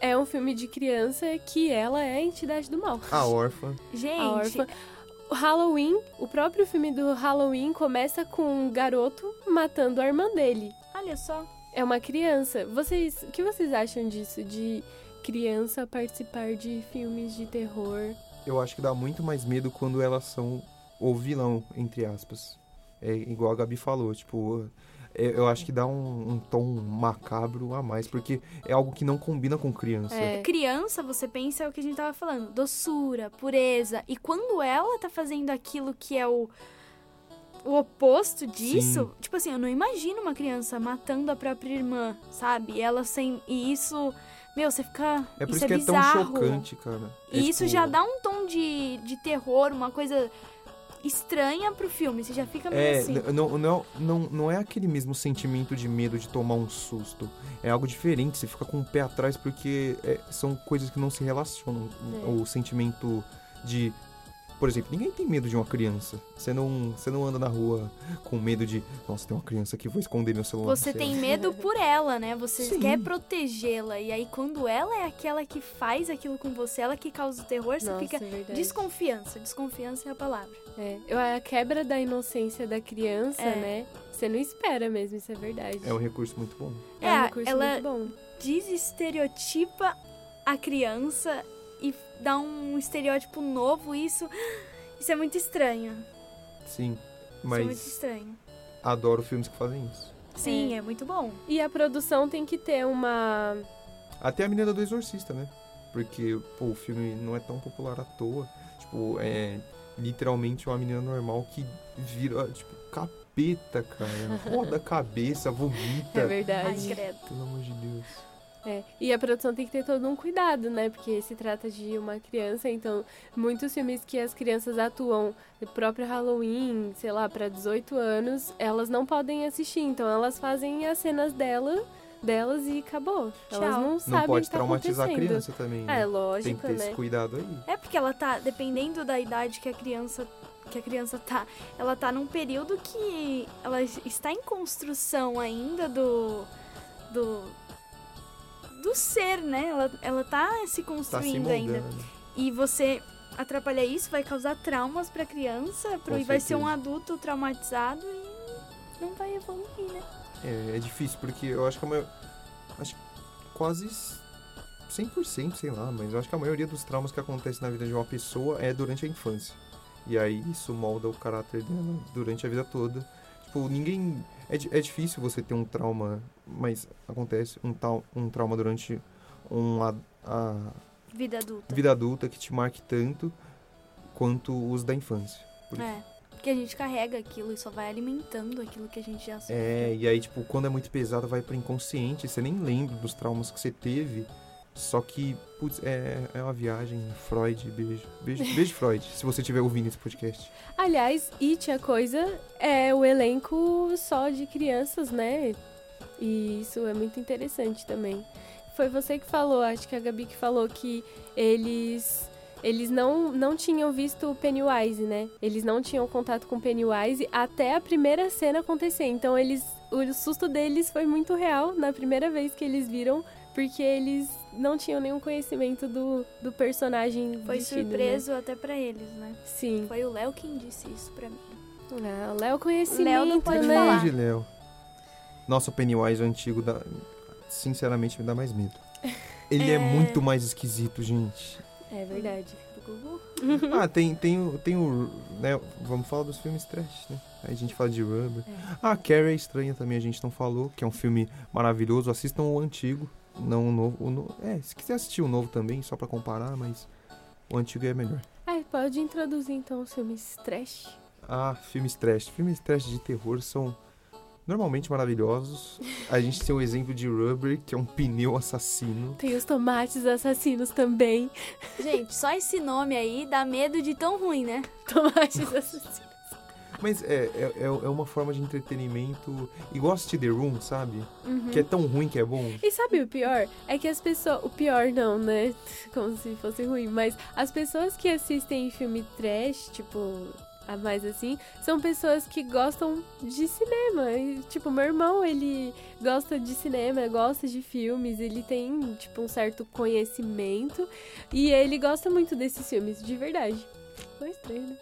S3: é um filme de criança que ela é a entidade do mal.
S5: A órfã.
S3: A
S1: Gente,
S3: órfã. O Halloween, o próprio filme do Halloween começa com um garoto matando a irmã dele.
S1: olha só.
S3: É uma criança. Vocês, o que vocês acham disso de criança participar de filmes de terror?
S5: Eu acho que dá muito mais medo quando elas são o vilão, entre aspas. É igual a Gabi falou, tipo. é- Eu acho que dá um, um tom macabro a mais, porque é algo que não combina com criança.
S3: É.
S1: Criança, você pensa é o que a gente tava falando, doçura, pureza. E quando ela tá fazendo aquilo que é o, o oposto disso, tipo assim, eu não imagino uma criança matando a própria irmã, sabe? E ela sem. E isso. Meu, você fica.
S5: É por
S1: isso
S5: isso, que é, tão
S1: bizarro.
S5: chocante, cara. É,
S1: E isso
S5: tipo,
S1: já dá um tom de, de terror, uma coisa estranha pro filme. Você já fica meio
S5: É,
S1: assim.
S5: n- não, não, não, não é aquele mesmo sentimento de medo de tomar um susto. É algo diferente, você fica com o pé atrás porque é, são coisas que não se relacionam.
S3: É.
S5: O sentimento de. Por exemplo, ninguém tem medo de uma criança. Você não, você não anda na rua com medo de. Nossa, tem uma criança aqui, vou esconder meu celular.
S1: Você
S5: sei lá."
S1: tem medo por ela, né? Você
S5: Sim.
S1: quer protegê-la. E aí, quando ela é aquela que faz aquilo com você, ela que causa o terror, você
S3: Nossa, é
S1: fica.
S3: verdade.
S1: Desconfiança. Desconfiança é a palavra.
S3: É, eu- é a quebra da inocência da criança,
S1: É.
S3: né? Você não espera mesmo, isso é verdade.
S5: É um recurso muito bom.
S3: É um
S1: É,
S3: recurso
S1: ela-
S3: muito bom.
S1: Desestereotipa a criança e dá um estereótipo novo. Isso. Isso é muito estranho.
S5: Sim.
S1: Isso é muito
S5: Mas
S1: estranho.
S5: adoro filmes que fazem isso.
S1: Sim, é muito bom.
S3: E a produção tem que ter uma.
S5: Até a menina do Exorcista, né? Porque, pô, o filme não é tão popular à toa. Tipo, é literalmente uma menina normal que vira, tipo, capeta, cara. Roda a cabeça,
S3: É
S5: vomita.
S1: Ai,
S3: verdade.
S1: credo.
S5: Pelo amor de Deus.
S3: É, e a produção tem que ter todo um cuidado, né? Porque se trata de uma criança, então muitos filmes que as crianças atuam, o próprio Halloween, sei lá, pra 18 anos, elas não podem assistir. Então elas fazem as cenas dela, delas e acabou. Elas
S1: Tchau.
S3: não,
S5: Não
S3: sabem o
S5: pode
S3: que tá
S5: traumatizar a
S3: acontecendo.
S5: criança também.
S3: É
S5: Né? Tem que
S3: lógico,
S5: ter esse
S3: né?
S5: cuidado aí.
S1: É porque ela tá, dependendo da idade que a criança que a criança tá, ela tá num período que ela es- está em construção ainda do do do ser, né? Ela, ela tá se
S5: Tá se
S1: construindo ainda.
S5: moldando.
S1: E você atrapalhar isso vai causar traumas pra criança, pro,
S5: Com
S1: e vai ser um
S5: certeza.
S1: adulto traumatizado e não vai evoluir, né?
S5: É, é difícil, porque eu acho que a maior... Acho que quase... s- 100%, sei lá, mas eu acho que a maioria dos traumas que acontecem na vida de uma pessoa é durante a infância. E aí isso molda o caráter dela durante a vida toda. Tipo, ninguém... É, di- é difícil você ter um trauma, mas acontece um, tal, um trauma durante uma, a
S1: Vida adulta.
S5: vida adulta que te marque tanto quanto os da infância. Por-
S1: É. Porque a gente carrega aquilo e só vai alimentando aquilo que a gente já sofreu.
S5: É, e aí, tipo, quando é muito pesado, vai pro inconsciente, você nem lembra dos traumas que você teve. Só que, putz, é, é uma viagem. Freud, beijo. Beijo,
S1: *laughs*
S5: beijo Freud, se você estiver ouvindo esse podcast.
S3: Aliás, It, a coisa, é o elenco só de crianças, né? E isso é muito interessante também. Foi você que falou, acho que a Gabi que falou que eles eles não, não tinham visto o Pennywise, né? Eles não tinham contato com o Pennywise até a primeira cena acontecer. Então eles o susto deles foi muito real na primeira vez que eles viram, porque eles não tinham nenhum conhecimento do, do personagem
S1: Foi
S3: vestido, né?
S1: surpreso até pra eles, né?
S3: Sim.
S1: Foi o Léo quem disse isso pra mim.
S3: Ah, o Léo conhecimento,
S1: Léo não pode
S3: né?
S1: falar.
S5: Beijo, Léo. Nossa, o Pennywise antigo dá- Sinceramente, me dá mais medo. Ele é...
S1: *laughs* É.
S5: muito mais esquisito, gente.
S3: É
S1: Hum.
S3: verdade. Do Gugu.
S5: Ah, tem, tem, o- tem o. Né, vamos falar dos filmes trash, né? Aí a gente fala de Rubber. Ah, Carrie é estranha também, a gente não falou, que é um filme maravilhoso. Assistam o antigo, não o novo. O no... É, se quiser assistir o novo também, só pra comparar, mas o antigo é melhor.
S3: Ai, pode introduzir então os filmes trash.
S5: Ah, filmes trash. Filmes trash de terror são normalmente maravilhosos. A gente tem o exemplo de Rubber, que é um pneu assassino.
S3: Tem os tomates assassinos também. *laughs*
S1: Gente, só esse nome aí dá medo de tão ruim, né?
S3: Tomates assassinos.
S5: Mas é, é, é- é uma forma de entretenimento igual assistir The Room, sabe?
S3: Uhum.
S5: Que é tão ruim que é bom.
S3: E sabe o pior? É que as pessoas. O pior não, né? *laughs* Como se fosse ruim, mas as pessoas que assistem filme trash, tipo, a mais assim, são pessoas que gostam de cinema. E, tipo, meu irmão, ele gosta de cinema, gosta de filmes, ele tem, tipo, um certo conhecimento. E ele gosta muito desses filmes, de verdade. Não é estranho, né?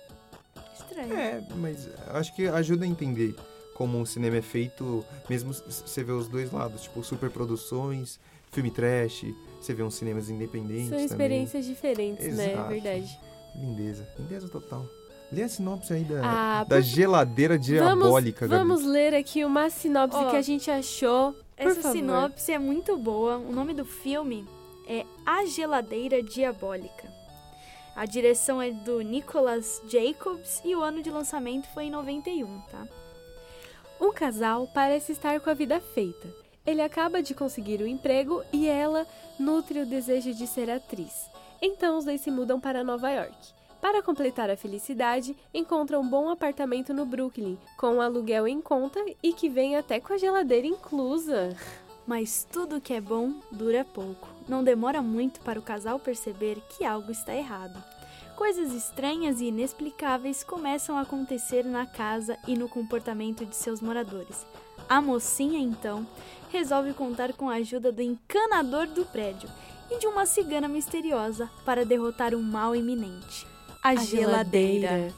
S1: Estranho.
S5: É, mas acho que ajuda a entender como o cinema é feito, mesmo s- você vê os dois lados, tipo superproduções, filme trash, você vê uns cinemas independentes
S3: São
S5: também.
S3: experiências diferentes, né? É
S5: Exato.
S3: verdade.
S5: Lindeza, lindeza total. Lê a sinopse aí da,
S3: Ah,
S5: da
S3: por-
S5: geladeira diabólica, Gabi.
S3: vamos ler aqui uma sinopse
S1: Ó.
S3: que a gente achou. Por
S1: Essa
S3: favor.
S1: sinopse é muito boa. O nome do filme é A Geladeira Diabólica. A direção é do Nicholas Jacobs e o ano de lançamento foi em 91, tá?
S3: Um casal parece estar com a vida feita. Ele acaba de conseguir o emprego e ela nutre o desejo de ser atriz. Então os dois se mudam para Nova York. Para completar a felicidade, encontram um bom apartamento no Brooklyn, com um aluguel em conta e que vem até com a geladeira inclusa.
S1: Mas tudo que é bom dura pouco. Não demora muito para o casal perceber que algo está errado. Coisas estranhas e inexplicáveis começam a acontecer na casa e no comportamento de seus moradores. A mocinha, então, resolve contar com a ajuda do encanador do prédio e de uma cigana misteriosa para derrotar um mal iminente. A, geladeira.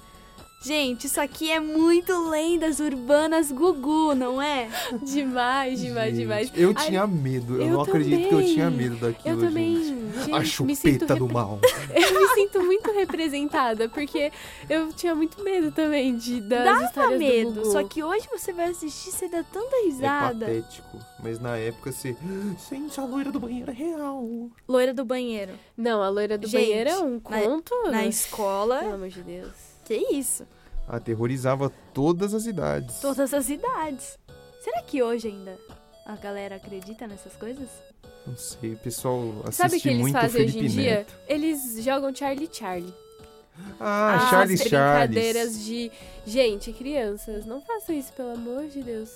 S1: Gente, isso aqui é muito lendas urbanas Gugu, não é?
S3: *laughs* Demais, demais,
S5: Gente,
S3: demais.
S5: Eu
S3: Ai,
S5: tinha medo, eu,
S3: eu
S5: não acredito que eu
S3: também.
S5: tinha medo daquilo,
S3: Eu também.
S5: gente.
S3: gente,
S5: A
S3: me sinto
S5: chupeta do
S3: repre-
S5: mal. é
S3: Eu me sinto muito representada, porque eu tinha muito medo também de, das
S1: Dá
S3: histórias do
S1: medo.
S3: Gugu.
S1: Só que hoje você vai assistir, você dá tanta
S5: É
S1: risada.
S5: patético. Mas na época você. Gente, a loira do banheiro é real.
S1: Loira do banheiro.
S3: Não, a loira do
S1: Gente,
S3: banheiro é um
S1: na-
S3: conto.
S1: Na escola.
S3: Pelo amor de Deus.
S1: Que isso?
S5: Aterrorizava todas as idades.
S1: Todas as idades. Será que hoje ainda a galera acredita nessas coisas?
S5: Não sei, o pessoal assiste
S3: Sabe o que eles
S5: muito
S3: fazem hoje
S5: Felipe
S3: em dia?
S5: Neto.
S3: Eles jogam Charlie Charlie.
S5: Ah,
S1: Ah,
S5: Charles
S3: As
S5: Charles.
S3: brincadeiras de. Gente, crianças, não façam isso, pelo amor de Deus.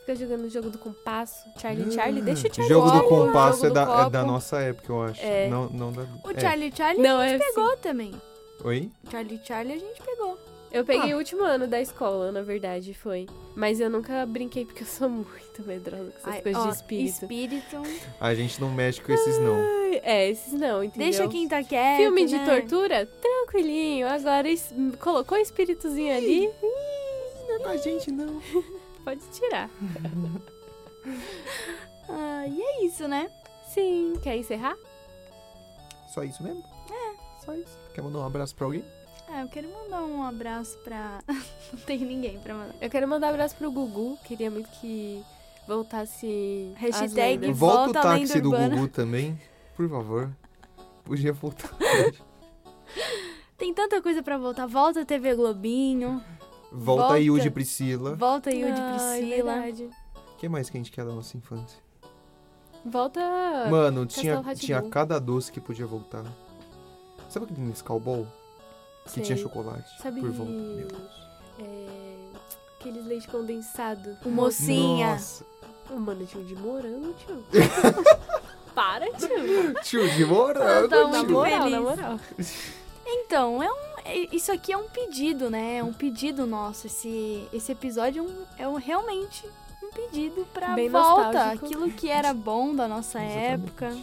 S3: Fica jogando o jogo do compasso. Charlie Charlie, deixa o Charlie
S5: Ah, Jogo do
S3: Charlie,
S5: compasso
S3: jogo
S5: é,
S3: do
S5: da, é
S3: copo.
S5: da nossa época, eu acho.
S3: É.
S5: Não, não da.
S1: O
S5: é.
S1: Charlie Charlie
S3: Não,
S1: a gente
S3: é assim.
S1: pegou também.
S5: Oi?
S1: Charlie Charlie a gente pegou.
S3: Eu peguei o último ano da escola, na verdade, foi. Mas eu nunca brinquei porque eu sou muito medrosa com essas
S1: Ai,
S3: coisas
S1: ó,
S3: de espírito.
S1: espírito.
S5: A gente não mexe com esses, não.
S3: Ai, É, esses não, entendeu?
S1: Deixa quem tá quieto.
S3: Filme de
S1: né?
S3: tortura? Tranquilinho. Agora es- colocou o espíritozinho ali, Ah,
S5: Não é com a gente, não.
S3: pode tirar.
S1: Ah, e é isso, né?
S3: Sim, quer encerrar?
S5: Só isso mesmo? É. Só isso. Quer mandar um abraço pra alguém?
S1: Ah, eu quero mandar um abraço pra. *laughs* Não tem ninguém pra mandar.
S3: Eu quero mandar um abraço pro Gugu. Queria muito que voltasse. as
S1: Hashtag
S3: lendas.
S1: volta
S5: o
S1: a lenda
S5: táxi do
S1: urbana.
S5: Gugu também, por favor. Podia voltar.
S1: Tem tanta coisa pra voltar. Volta a TV Globinho.
S5: Volta aí, Yuji e Priscila.
S1: Volta aí o de
S3: Ai,
S1: Priscila.
S3: verdade.
S5: O que mais que a gente quer da nossa infância?
S3: Volta.
S5: Mano,
S3: Castelo
S5: tinha,
S3: Rá-Tim-Bum.
S5: tinha cada doce que podia voltar. Sabe aquele Nescau Ball? Que
S3: Sei.
S5: tinha chocolate
S3: Sabe.
S5: por volta. Meu Deus.
S3: é, Aqueles leite condensado.
S1: O mocinha.
S5: Nossa.
S3: Oh, mano, tio de morango, *laughs* tio. Para, tio.
S5: Tio de morango,
S1: Tá
S3: Na
S1: muito
S5: tio.
S3: moral, na
S1: feliz.
S3: moral.
S1: Então, é um, é- isso aqui é um pedido, né? É um pedido nosso. Esse, esse episódio é, um- é um- realmente um pedido pra
S3: Bem
S1: volta.
S3: nostálgico.
S1: Aquilo que era bom da nossa
S5: Exatamente.
S1: época.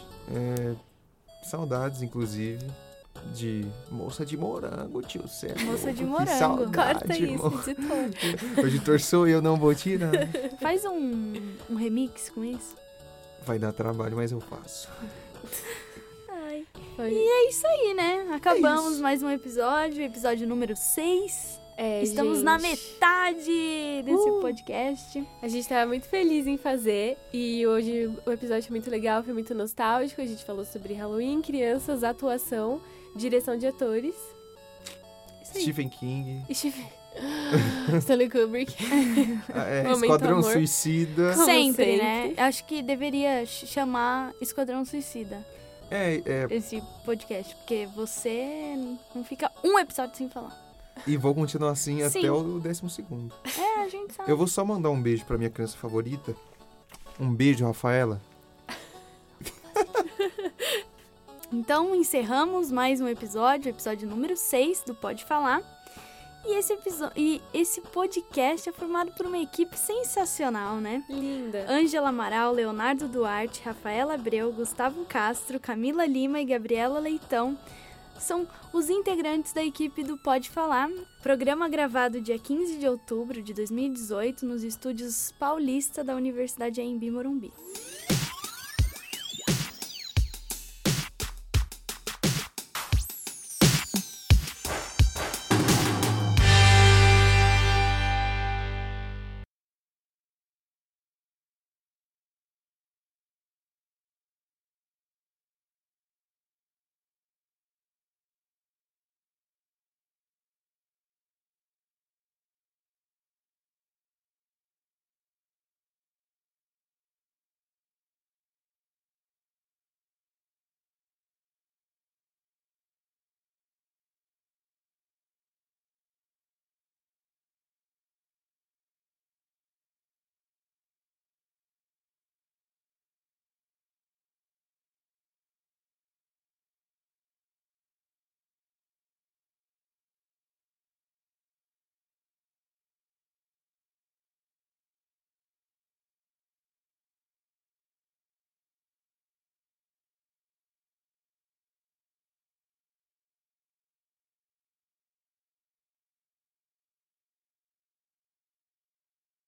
S5: É, saudades, inclusive, de moça de morango, tio Sérgio.
S1: Moça de
S5: Que
S1: morango.
S5: saudade,
S3: Corta isso,
S5: irmão.
S3: editor.
S5: Hoje torçou e eu não vou tirar.
S1: Faz um, um remix com isso.
S5: Vai dar trabalho, mas eu faço.
S1: Ai.
S3: Foi-
S1: É isso aí, né? Acabamos
S5: isso.
S1: mais um episódio, episódio número 6.
S3: É,
S1: Estamos na
S3: gente,
S1: metade desse
S3: Uh.
S1: podcast.
S3: A gente tá muito feliz em fazer e hoje o episódio foi muito legal, foi muito nostálgico. A gente falou sobre Halloween, crianças, atuação, direção de atores. Isso aí.
S5: Stephen
S3: *laughs*
S5: King,
S3: Steve- Stanley Kubrick.
S5: ah, é,
S3: Momento
S5: Esquadrão
S3: amor.
S5: Suicida.
S3: Como
S1: sempre,
S3: sempre.
S1: né? Acho que deveria ch- chamar Esquadrão Suicida
S5: É, é,
S1: esse podcast, porque você não fica um episódio sem falar.
S5: e vou continuar assim
S1: Sim.
S5: até o décimo segundo.
S1: É, a gente sabe.
S5: Eu vou só mandar um beijo pra minha criança favorita. Um beijo, Rafaela.
S1: Então encerramos mais um episódio, episódio número 6 do Pode Falar. E esse, episo- e esse podcast é formado por uma equipe sensacional, né?
S3: Linda.
S1: Ângela Amaral, Leonardo Duarte, Rafaela Abreu, Gustavo Castro, Camila Lima e Gabriela Leitão são os integrantes da equipe do Pode Falar, programa gravado dia 15 de outubro de 2018 nos estúdios Paulista da Universidade AMB Morumbi.